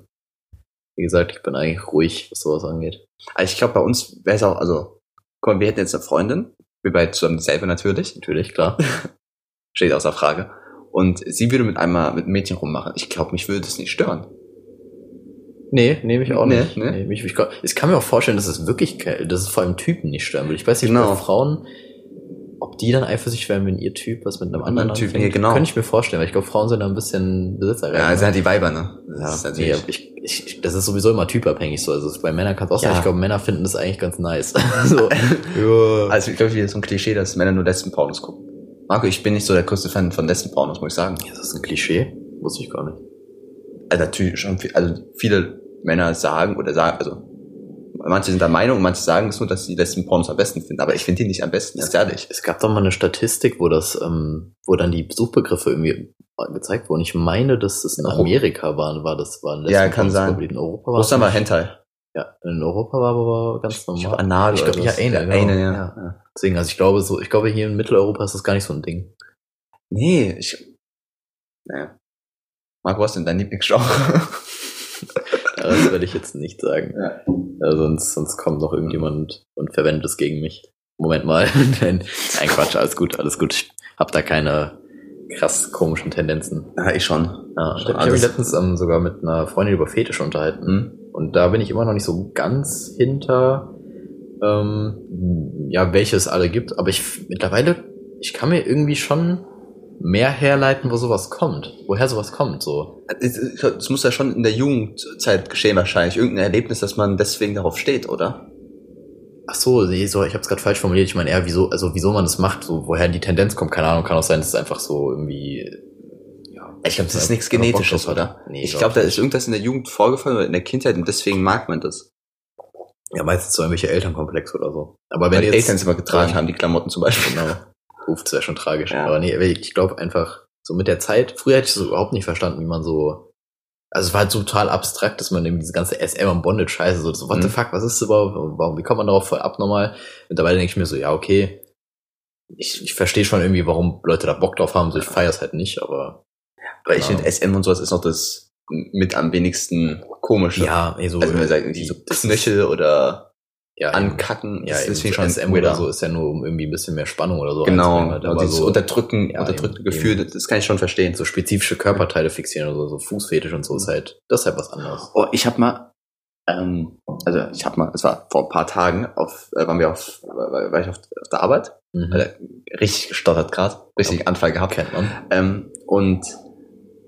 wie gesagt, ich bin eigentlich ruhig, was sowas angeht. Also ich glaube, bei uns wäre es auch, also, guck mal, wir hätten jetzt eine Freundin, wir beide zusammen dieselbe natürlich, Natürlich, [laughs] klar. steht außer Frage. Und sie würde mit einmal mit einem Mädchen rummachen. Ich glaube, mich würde das nicht stören. Nee, nehme ich auch Nee, nicht. nee. Nee. mich, ich, kann, ich kann mir auch vorstellen, dass es wirklich, ke- dass es vor allem Typen nicht stören würde. Ich weiß nicht, Genau. bei Frauen, ob die dann eifersüchtig wären, wenn ihr Typ was mit einem Anderen anderen Typen, anfängt. ja, genau. Könnte ich mir vorstellen, weil ich glaube, Frauen sind da ein bisschen besitzerreich. Ja, ne? das sind halt die Weiber, ne? Ja, ist nee, natürlich- aber ich, ich, das ist sowieso immer typabhängig so. Also es- bei Männern kann es auch Ja. sein. Ich glaube, Männer finden das eigentlich ganz nice. [laughs] [laughs] so. Also ich glaube, wieder so ein Klischee, dass Männer nur Lesben-Pornos gucken. Marco, ich bin nicht so der größte Fan von Lesben-Pornos, muss ich sagen. Ist das ein Klischee? Wusste ich gar nicht. Also natürlich schon, viel, also viele Männer sagen oder sagen, also manche sind der Meinung, manche sagen es nur, dass sie Lesben-Pornos am besten finden, aber ich finde die nicht am besten, ist ehrlich. Es gab doch mal eine Statistik, wo das, ähm, wo dann die Suchbegriffe irgendwie gezeigt wurden. Ich meine, dass das in Ru- Amerika waren, war das waren Ja, kann sein. In Europa war Russland war es nicht. Hentai. ja, in Europa war aber ganz normal. Ich glaub, Anal Ich glaub, oder ja, was. Anal, genau. ja. Ja. ja. Deswegen, also ich glaube so, ich glaube hier in Mitteleuropa ist das gar nicht so ein Ding. Nee, ich... Naja. Marco, was ist denn dein [laughs] Lieblingsgenre? Aber Das werde ich jetzt nicht sagen. Ja. Ja, sonst, sonst kommt noch irgendjemand und verwendet es gegen mich. Moment mal. [laughs] Nein, nein, Quatsch, alles gut, alles gut. Ich hab da keine krass komischen Tendenzen. ja, ich schon. Ja, ich Schon habe mich alles. letztens ähm, sogar mit einer Freundin über Fetische unterhalten. Hm? Und da bin ich immer noch nicht so ganz hinter, ähm, ja, welche es alle gibt, aber ich f- mittlerweile, ich kann mir irgendwie schon mehr herleiten, wo sowas kommt, woher sowas kommt, so. Es, es muss ja schon in der Jugendzeit geschehen wahrscheinlich. Irgendein Erlebnis, dass man deswegen darauf steht, oder? Ach so, nee, so, ich hab's gerade falsch formuliert, ich meine eher, wieso, also wieso man das macht, so, woher die Tendenz kommt, keine Ahnung, kann auch sein, dass es einfach so irgendwie, ja. Ich glaube, das ist Ja, nichts aber Bock Genetisches, drauf hat. oder? Nee, ich glaub glaube, da ist irgendwas in der Jugend vorgefallen oder in der Kindheit und deswegen mag man das. Ja, meistens so irgendwelche Elternkomplex oder so. Aber wenn Weil die jetzt, Eltern es immer getragen haben, die Klamotten zum Beispiel. Genau. Uff, das wäre schon tragisch. Ja. Aber nee, wirklich, ich glaube einfach, so mit der Zeit, früher hätte ich so überhaupt nicht verstanden, wie man so. Also es war halt so total abstrakt, dass man eben diese ganze SM und Bondage-Scheiße, so, so, what the Mhm. fuck, was ist das überhaupt? Und Warum, wie kommt man darauf voll abnormal? Mittlerweile denke ich mir so, ja, okay, ich, ich verstehe schon irgendwie, warum Leute da Bock drauf haben, so ich feier's halt nicht, aber Weil ich Genau. finde, SM und sowas ist noch das mit am wenigsten komische. ja, nee, so, äh, also wenn man sagt, irgendwie so Knöchel oder ja, eben. ankacken, ja, ist eben, deswegen so schon SM oder so ist ja nur, um irgendwie ein bisschen mehr Spannung oder so Genau, reinzubringen, halt, und aber dieses so, Unterdrücken, Ja, unterdrückte eben, Gefühl, eben. das- das kann ich schon verstehen. so spezifische Körperteile fixieren oder so, so Fußfetisch und so ist halt, das ist halt was anderes. Oh, ich habe mal, ähm, also ich habe mal, es war vor ein paar Tagen, auf, äh, waren wir auf, war, war ich auf, auf der Arbeit, Mhm. Alter, richtig gestottert gerade, richtig Anfall gehabt. Kennt man. Ähm, und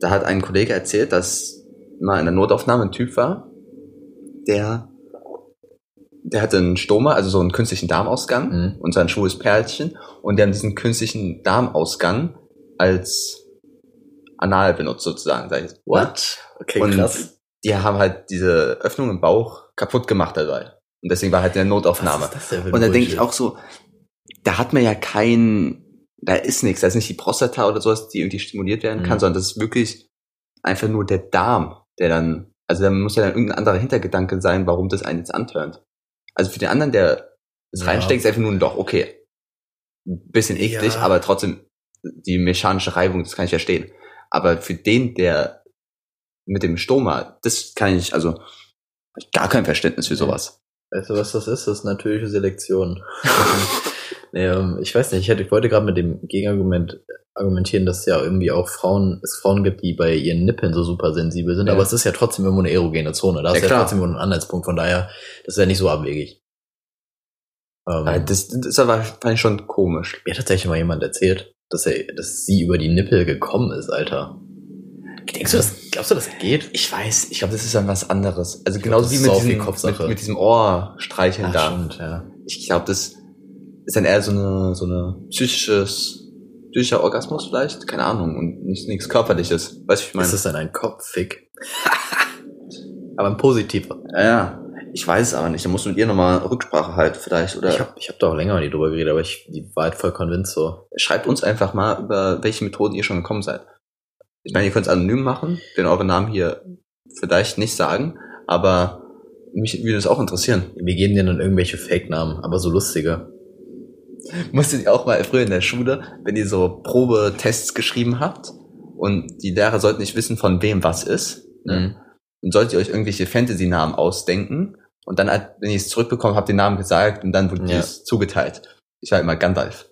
da hat ein Kollege erzählt, dass mal in der Notaufnahme ein Typ war, der, der hatte einen Stoma, also so einen künstlichen Darmausgang Mhm. und sein schwules Perlchen und die haben diesen künstlichen Darmausgang als anal benutzt sozusagen. Sag ich. jetzt. Okay, und krass. Die haben halt diese Öffnung im Bauch kaputt gemacht dabei. Und deswegen war halt in der Notaufnahme. das denn für ein Und da denke Bullshit? ich auch so, da hat man ja kein, da ist nichts, da ist nicht die Prostata oder sowas, die irgendwie stimuliert werden kann, Mhm. sondern das ist wirklich einfach nur der Darm, der dann, also da muss ja dann irgendein anderer Hintergedanke sein, warum das einen jetzt antörnt. Also für den anderen, der es Ja. reinsteckt, ist einfach nur ein Loch, okay. Ein bisschen eklig, Ja. aber trotzdem die mechanische Reibung, das kann ich verstehen. Aber für den, der mit dem Stoma, das kann ich, also hab ich gar kein Verständnis für sowas. Weißt du, was das ist? Das ist natürliche [laughs] Selektion. nee, ähm, ich weiß nicht, ich, hätte, ich wollte gerade mit dem Gegenargument argumentieren, dass ja irgendwie auch Frauen, es Frauen gibt, die bei ihren Nippeln so super sensibel sind, Ja. aber es ist ja trotzdem irgendwo eine erogene Zone. Da Ja, ist ja klar. trotzdem irgendwo ein Anhaltspunkt, von daher, das ist ja nicht so abwegig. Ähm, Aber Das, das ist aber fand ich schon komisch. mir hat tatsächlich mal jemand erzählt, dass er, dass sie über die Nippel gekommen ist, Alter. Denkst du, das, glaubst du, das geht? Ich weiß, ich glaube, das ist dann was anderes. Also Ich glaub, genauso das ist wie mit, sau viel diesem, Kopfsache. mit, mit diesem Ohrstreicheln da. stimmt, ja. Ich glaube, das ist dann eher so eine, so eine psychisches, psychischer Orgasmus vielleicht? Keine Ahnung. Und nicht, nichts körperliches. Weißt du, wie ich meine? ist es denn ein Kopffick? [laughs] Aber ein positiver. ja, ja. Ich weiß es aber nicht. Da musst du mit ihr nochmal Rücksprache halten vielleicht. Oder Ich habe ich hab da auch länger mit ihr drüber geredet, aber ich die war halt voll convinced so. schreibt uns einfach mal, über welche Methoden ihr schon gekommen seid. Ich meine, ihr könnt es anonym machen, denn eure Namen hier vielleicht nicht sagen, aber mich würde es auch interessieren. [laughs] Wir geben denen dann irgendwelche Fake-Namen, aber so lustige. Musstet ihr auch mal früher in der Schule, wenn ihr so Probetests geschrieben habt und die Lehrer sollten nicht wissen, von wem was ist, ne? Mhm. dann solltet ihr euch irgendwelche Fantasy-Namen ausdenken und dann, als- wenn ihr es zurückbekommen habt, den Namen gesagt und dann wurde Ja. es zugeteilt. Ich war immer Gandalf.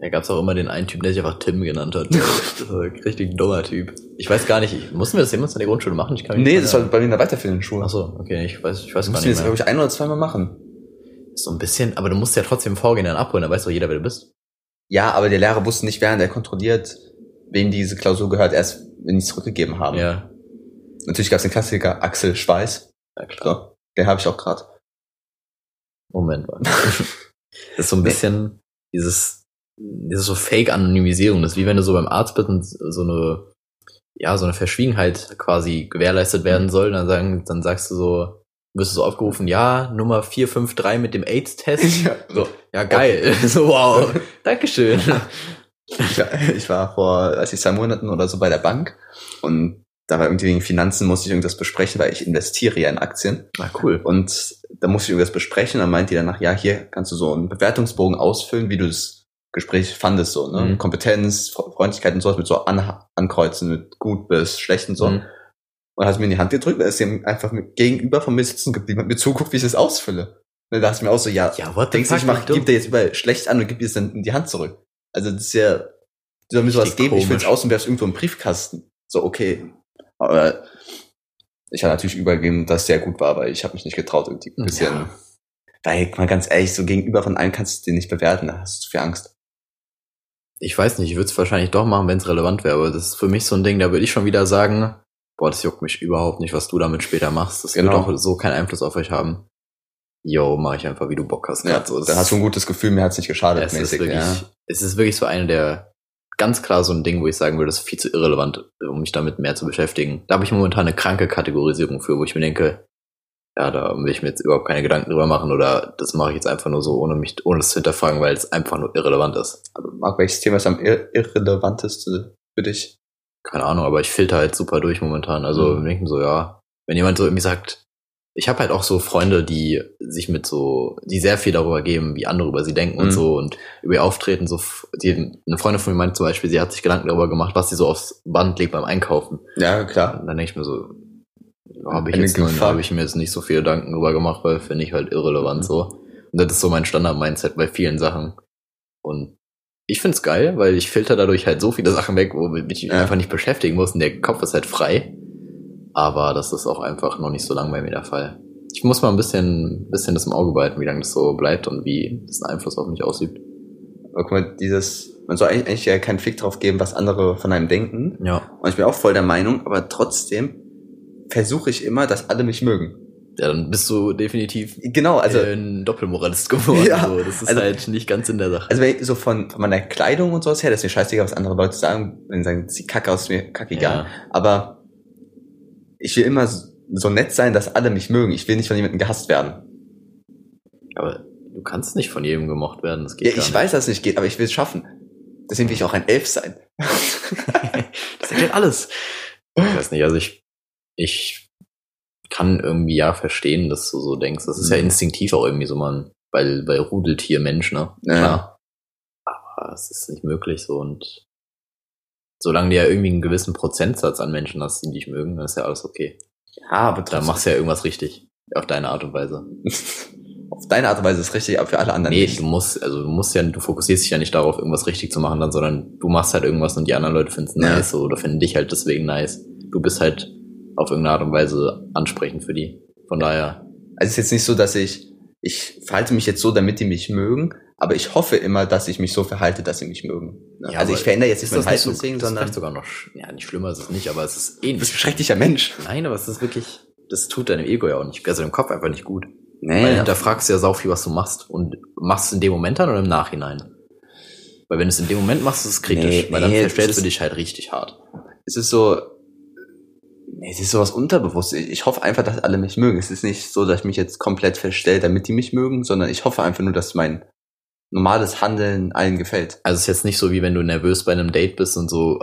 Da gab's auch immer den einen Typen, der sich einfach Tim genannt [laughs] hat. so, ein richtig dummer Typ. Ich weiß gar nicht, ich, mussten wir das jemals in der Grundschule machen? Ich kann mich Nee, nicht das war erinnern. bei mir in der weiterführenden Schule. Ach so, okay, ich weiß, ich weiß das gar müssen wir nicht jetzt, mehr. glaube ich, ein oder zweimal machen. So ein bisschen, aber du musst ja trotzdem vorgehen, dann abholen, da weiß doch jeder, wer du bist. Ja, aber der Lehrer wusste nicht, während er kontrolliert, wem diese Klausur gehört, erst wenn die es zurückgegeben haben. Ja. Natürlich gab es den Klassiker Axel Schweiß. Ja, So, den habe ich auch gerade. Moment mal. [laughs] das ist so ein bisschen dieses, dieses so Fake-Anonymisierung. Das ist wie wenn du so beim Arzt bist und so eine, ja, so eine Verschwiegenheit quasi gewährleistet Mhm. werden soll. Dann sagen, dann sagst du so, wirst du so aufgerufen, ja, Nummer 453 mit dem [laughs] AIDS-Test. So. [laughs] Ja, geil. [laughs] so, [laughs] wow. Dankeschön. Ich, war, ich war vor, weiß ich, zwei Monaten oder so bei der Bank und da war irgendwie wegen Finanzen musste ich irgendwas besprechen, weil ich investiere ja in Aktien. Na, cool. Und da musste ich irgendwas besprechen. Dann meint die danach, ja, hier kannst du so einen Bewertungsbogen ausfüllen, wie du das Gespräch fandest, so, ne? Mhm. Kompetenz, Fre- Freundlichkeit und sowas mit so an, ankreuzen, mit gut bis schlecht und so. Mhm. und hat es mir in die Hand gedrückt und ist ihm einfach mit, gegenüber von mir sitzen geblieben, hat mir zuguckt, wie ich das ausfülle. Und dann dachte ich mir auch so, ja, Ja, what the denkst du, fuck? ich mach, wie dumm. gib dir jetzt überall schlecht an und gib dir das dann in die Hand zurück. Also das ist ja, du soll mir sowas Richtig geben, ich fülle es komisch. aus und werf's irgendwo im Briefkasten. So, okay. Aber ich habe natürlich übergegeben, dass es sehr gut war, weil ich habe mich nicht getraut, irgendwie ein bisschen Ja. Weil, mal ganz ehrlich, so gegenüber von allen kannst du den nicht bewerten, da hast du zu viel Angst. Ich weiß nicht, ich würde es wahrscheinlich doch machen, wenn es relevant wäre, aber das ist für mich so ein Ding, da würde ich schon wieder sagen, boah, das juckt mich überhaupt nicht, was du damit später machst. Das Genau. wird auch so keinen Einfluss auf euch haben. Yo, mach ich einfach, wie du Bock hast. grad so. Das da hast ist- du ein gutes Gefühl, mir hat's nicht geschadet. es ist wirklich, es ist wirklich so eine der ganz klar so ein Ding, wo ich sagen würde, das ist viel zu irrelevant, um mich damit mehr zu beschäftigen. Da habe ich momentan eine kranke Kategorisierung für, wo ich mir denke, ja, da will ich mir jetzt überhaupt keine Gedanken drüber machen oder das mache ich jetzt einfach nur so, ohne mich, ohne es zu hinterfragen, weil es einfach nur irrelevant ist. Aber Marc, welches Thema ist am ir irrelevantesten für dich? Keine Ahnung, aber ich filter halt super durch momentan. Also Mhm. mhm. denken so, ja, wenn jemand so irgendwie sagt, ich habe halt auch so Freunde, die sich mit so, die sehr viel darüber geben, wie andere über sie denken Mhm. und so und über ihr Auftreten so, f- die, eine Freundin von mir meinte zum Beispiel, sie hat sich Gedanken darüber gemacht, was sie so aufs Band legt beim Einkaufen. Ja, klar. Und dann denke ich mir so, habe ich Eine jetzt nur, Gefahr. Mhm. habe ich mir jetzt nicht so viel Gedanken darüber gemacht, weil finde ich halt irrelevant so. Und das ist so mein Standard-Mindset bei vielen Sachen. Und ich find's geil, weil ich filter dadurch halt so viele Sachen weg, womit ich mich Ja. einfach nicht beschäftigen muss und der Kopf ist halt frei. Aber das ist auch einfach noch nicht so lange bei mir der Fall. Ich muss mal ein bisschen, bisschen das im Auge behalten, wie lange das so bleibt und wie das einen Einfluss auf mich ausübt. Aber guck mal, dieses, man soll eigentlich, eigentlich ja keinen Fick drauf geben, was andere von einem denken. Ja. Und ich bin auch voll der Meinung, aber trotzdem versuche ich immer, dass alle mich mögen. Ja, dann bist du definitiv Genau, also, ein Doppelmoralist geworden. [laughs] Ja. So, das ist Also- halt nicht ganz in der Sache. also wenn ich so von, von meiner Kleidung und sowas her, das ist mir scheißegal, was andere Leute sagen, wenn sie sagen, sie kacke aus mir, kackegal. Ja. Aber ich will immer so so nett sein, dass alle mich mögen. Ich will nicht von jemandem gehasst werden. Aber du kannst nicht von jedem gemocht werden, das Ja, geht ich gar nicht. weiß, dass es nicht geht, aber ich will es schaffen. Deswegen will ich auch ein [laughs] Elf sein. Das erklärt alles. Ich weiß nicht, also ich, ich kann irgendwie ja verstehen, dass du so denkst. Das ist ja Mhm. instinktiv auch irgendwie so, man, bei, bei Rudeltier-Mensch, ne? Ja. Klar. Aber es ist nicht möglich so und solange du ja irgendwie einen gewissen Prozentsatz an Menschen hast, die dich mögen, dann ist ja alles okay. Ja, aber Dann machst du ja irgendwas richtig. Auf deine Art und Weise. Auf deine Art und Weise ist richtig, aber für alle anderen nee, nicht. du musst, also du musst ja, du fokussierst dich ja nicht darauf, irgendwas richtig zu machen, dann, sondern du machst halt irgendwas und die anderen Leute finden es Ja. nice oder finden dich halt deswegen nice. Du bist halt auf irgendeine Art und Weise ansprechend für die. Von daher, Also es ist jetzt nicht so, dass ich, ich verhalte mich jetzt so, damit die mich mögen, aber ich hoffe immer, dass ich mich so verhalte, dass sie mich mögen. Ne? Ja, also aber ich verändere jetzt nicht ist mein das nicht Verhalten so, deswegen, das ist sondern vielleicht du sogar noch, sch- ja, nicht schlimmer ist es nicht, aber es ist bist ein ähnlich. schrecklicher Mensch. Nein, aber es ist wirklich, das tut deinem Ego ja auch nicht, also dem Kopf einfach nicht gut. Nee, Weil da fragst du ja sau viel, was du machst und machst es in dem Moment dann oder im Nachhinein? Weil wenn du es in dem Moment machst, ist es kritisch, Nee, weil dann nee, das verstellst du ist- dich halt richtig hart. es ist so, nee, es ist sowas unterbewusst. Ich, ich hoffe einfach, dass alle mich mögen. Es ist nicht so, dass ich mich jetzt komplett verstelle, damit die mich mögen, sondern ich hoffe einfach nur, dass mein normales Handeln allen gefällt. Also es ist jetzt nicht so, wie wenn du nervös bei einem Date bist und so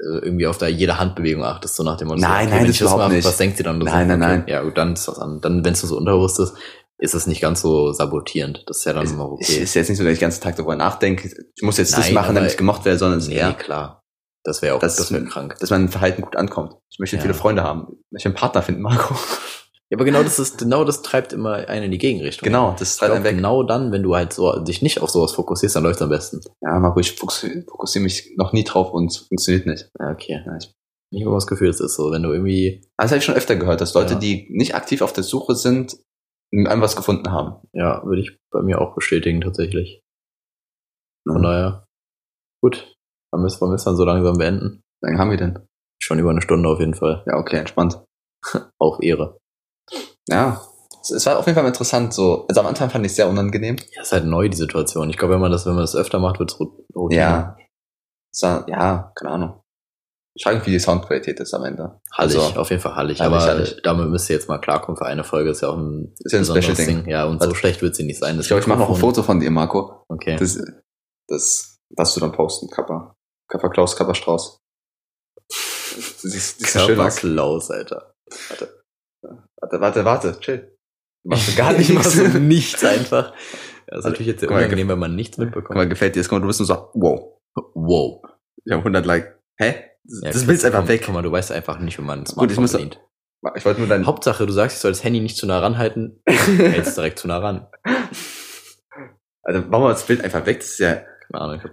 äh, irgendwie auf da jede Handbewegung achtest, so nach dem Motto, Nein, nein, wenn das ich überhaupt mache, nicht. was denkt ihr dann? Nein, nein, nein. Ja, gut, dann ist das an. Dann, wenn es so unterbewusst ist, ist es nicht ganz so sabotierend. Das ist ja dann Es immer es okay. ist jetzt nicht so, dass ich den ganzen Tag darüber nachdenke. Ich muss jetzt das Nein, machen, aber- damit ich gemocht werde, sondern es ist nee, eher, klar. Das wäre auch, Das- das, wäre krank. dass mein Verhalten gut ankommt. Ich möchte Ja. viele Freunde haben. Ich möchte einen Partner finden, Marco. [laughs] Ja, aber genau das ist, genau das treibt immer einen in die Gegenrichtung. Genau, das ist Ich halt glaub, ein Weg. genau dann, wenn du halt so dich nicht auf sowas fokussierst, dann läuft am besten. Ja, Marco, ich fokus- fokussiere mich noch nie drauf und es funktioniert nicht. Ja, okay. Ja, ich- Ich habe immer das Gefühl, es ist so, wenn du irgendwie, Das habe Also ich schon öfter gehört, dass Leute, Ja. die nicht aktiv auf der Suche sind, einem was gefunden haben. ja, würde ich bei mir auch bestätigen tatsächlich. Von Und daher, gut. Dann müssen wir es dann so langsam beenden. Wie lange haben wir denn? Schon über eine Stunde auf jeden Fall. Ja, okay, entspannt. Auf Ehre. Ja, es, es war auf jeden Fall interessant. So, also am Anfang fand ich es sehr unangenehm. Ja, ist halt neu, die Situation. Ich glaube, wenn man das, wenn man das öfter macht, wird es rot. Ja, es war, ja, keine Ahnung. Ich frage mich, wie die Soundqualität ist am Ende. Hallig, Also, auf jeden Fall hallig. hallig, Aber hallig. damit müsst ihr jetzt mal klarkommen für eine Folge. Ist ja auch ein, Ist ja ein besonderes Special-Ding. Ja, und so Was- schlecht wird sie nicht sein. das ich glaube, ich mache noch ein Mikrofon. Foto von dir, Marco. Okay. Das, das darfst du dann posten, Kappa. Kappa Klaus, Kappa Strauß. Du siehst, siehst so schön aus. Körperklaus, Alter. Warte, warte, warte, chill. Du machst du gar [laughs] nicht Ich mach nichts. so nichts einfach. Das ist Also, natürlich jetzt sehr guck mal, unangenehm, wenn man nichts Guck mitbekommt. mal, gefällt dir das? Guck mal, du bist nur so, wow, Wow. ich habe 100 Like. Hä? Das, Ja, das willst du einfach komm, weg. Guck mal, du weißt einfach nicht, wie man ein Gut, ich Smartphone muss- bedient. Ich wollte nur dein... Hauptsache, du sagst, ich soll das Handy nicht zu nah [laughs] ranhalten, hältst direkt zu nah ran. Also machen wir das Bild einfach weg. Das ist ja... Keine Ahnung, ich hab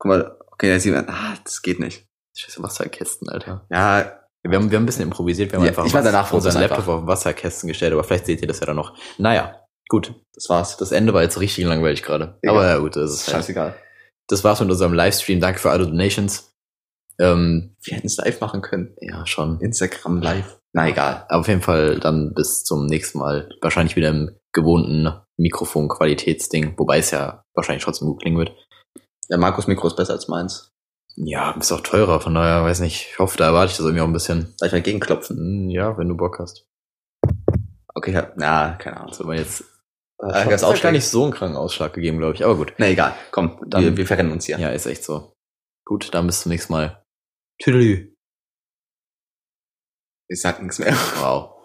Guck mal, okay, da sieht man... Ah, das geht nicht. scheiße Wasserkästen, Alter. Ja, Wir haben, wir haben ein bisschen improvisiert, wir haben Ja, einfach ich mach danach unseren Fotos Laptop auf Wasserkästen gestellt, aber vielleicht seht ihr das ja dann noch. Naja, Gut. Das war's. Das Ende war jetzt richtig langweilig gerade. Egal. Aber ja, gut, das ist halt. Scheißegal. Das war's mit unserem Livestream. Danke für alle Donations. Ähm, Wir hätten es live machen können. ja, schon. Instagram live. Na egal. Aber auf jeden Fall dann bis zum nächsten Mal. Wahrscheinlich wieder im gewohnten Mikrofon-Qualitätsding, wobei es ja wahrscheinlich trotzdem gut klingen wird. Der Markus Mikro ist besser als meins. Ja, ist auch teurer, von daher weiß nicht. Ich hoffe, da erwarte ich das irgendwie auch ein bisschen. Darf ich mal gegenklopfen? Hm, Ja, wenn du Bock hast. Okay, ja. na, keine Ahnung. Das wird man jetzt. Ah, Das ganz hat gar aufregend. nicht so einen kranken Ausschlag gegeben, glaube ich. Aber gut. Na egal. Komm, dann, Wir- wir, wir verrennen uns hier. Ja, ist echt so. Gut, dann bis zum nächsten Mal. Tüdelü. Ich sag nichts mehr. Wow.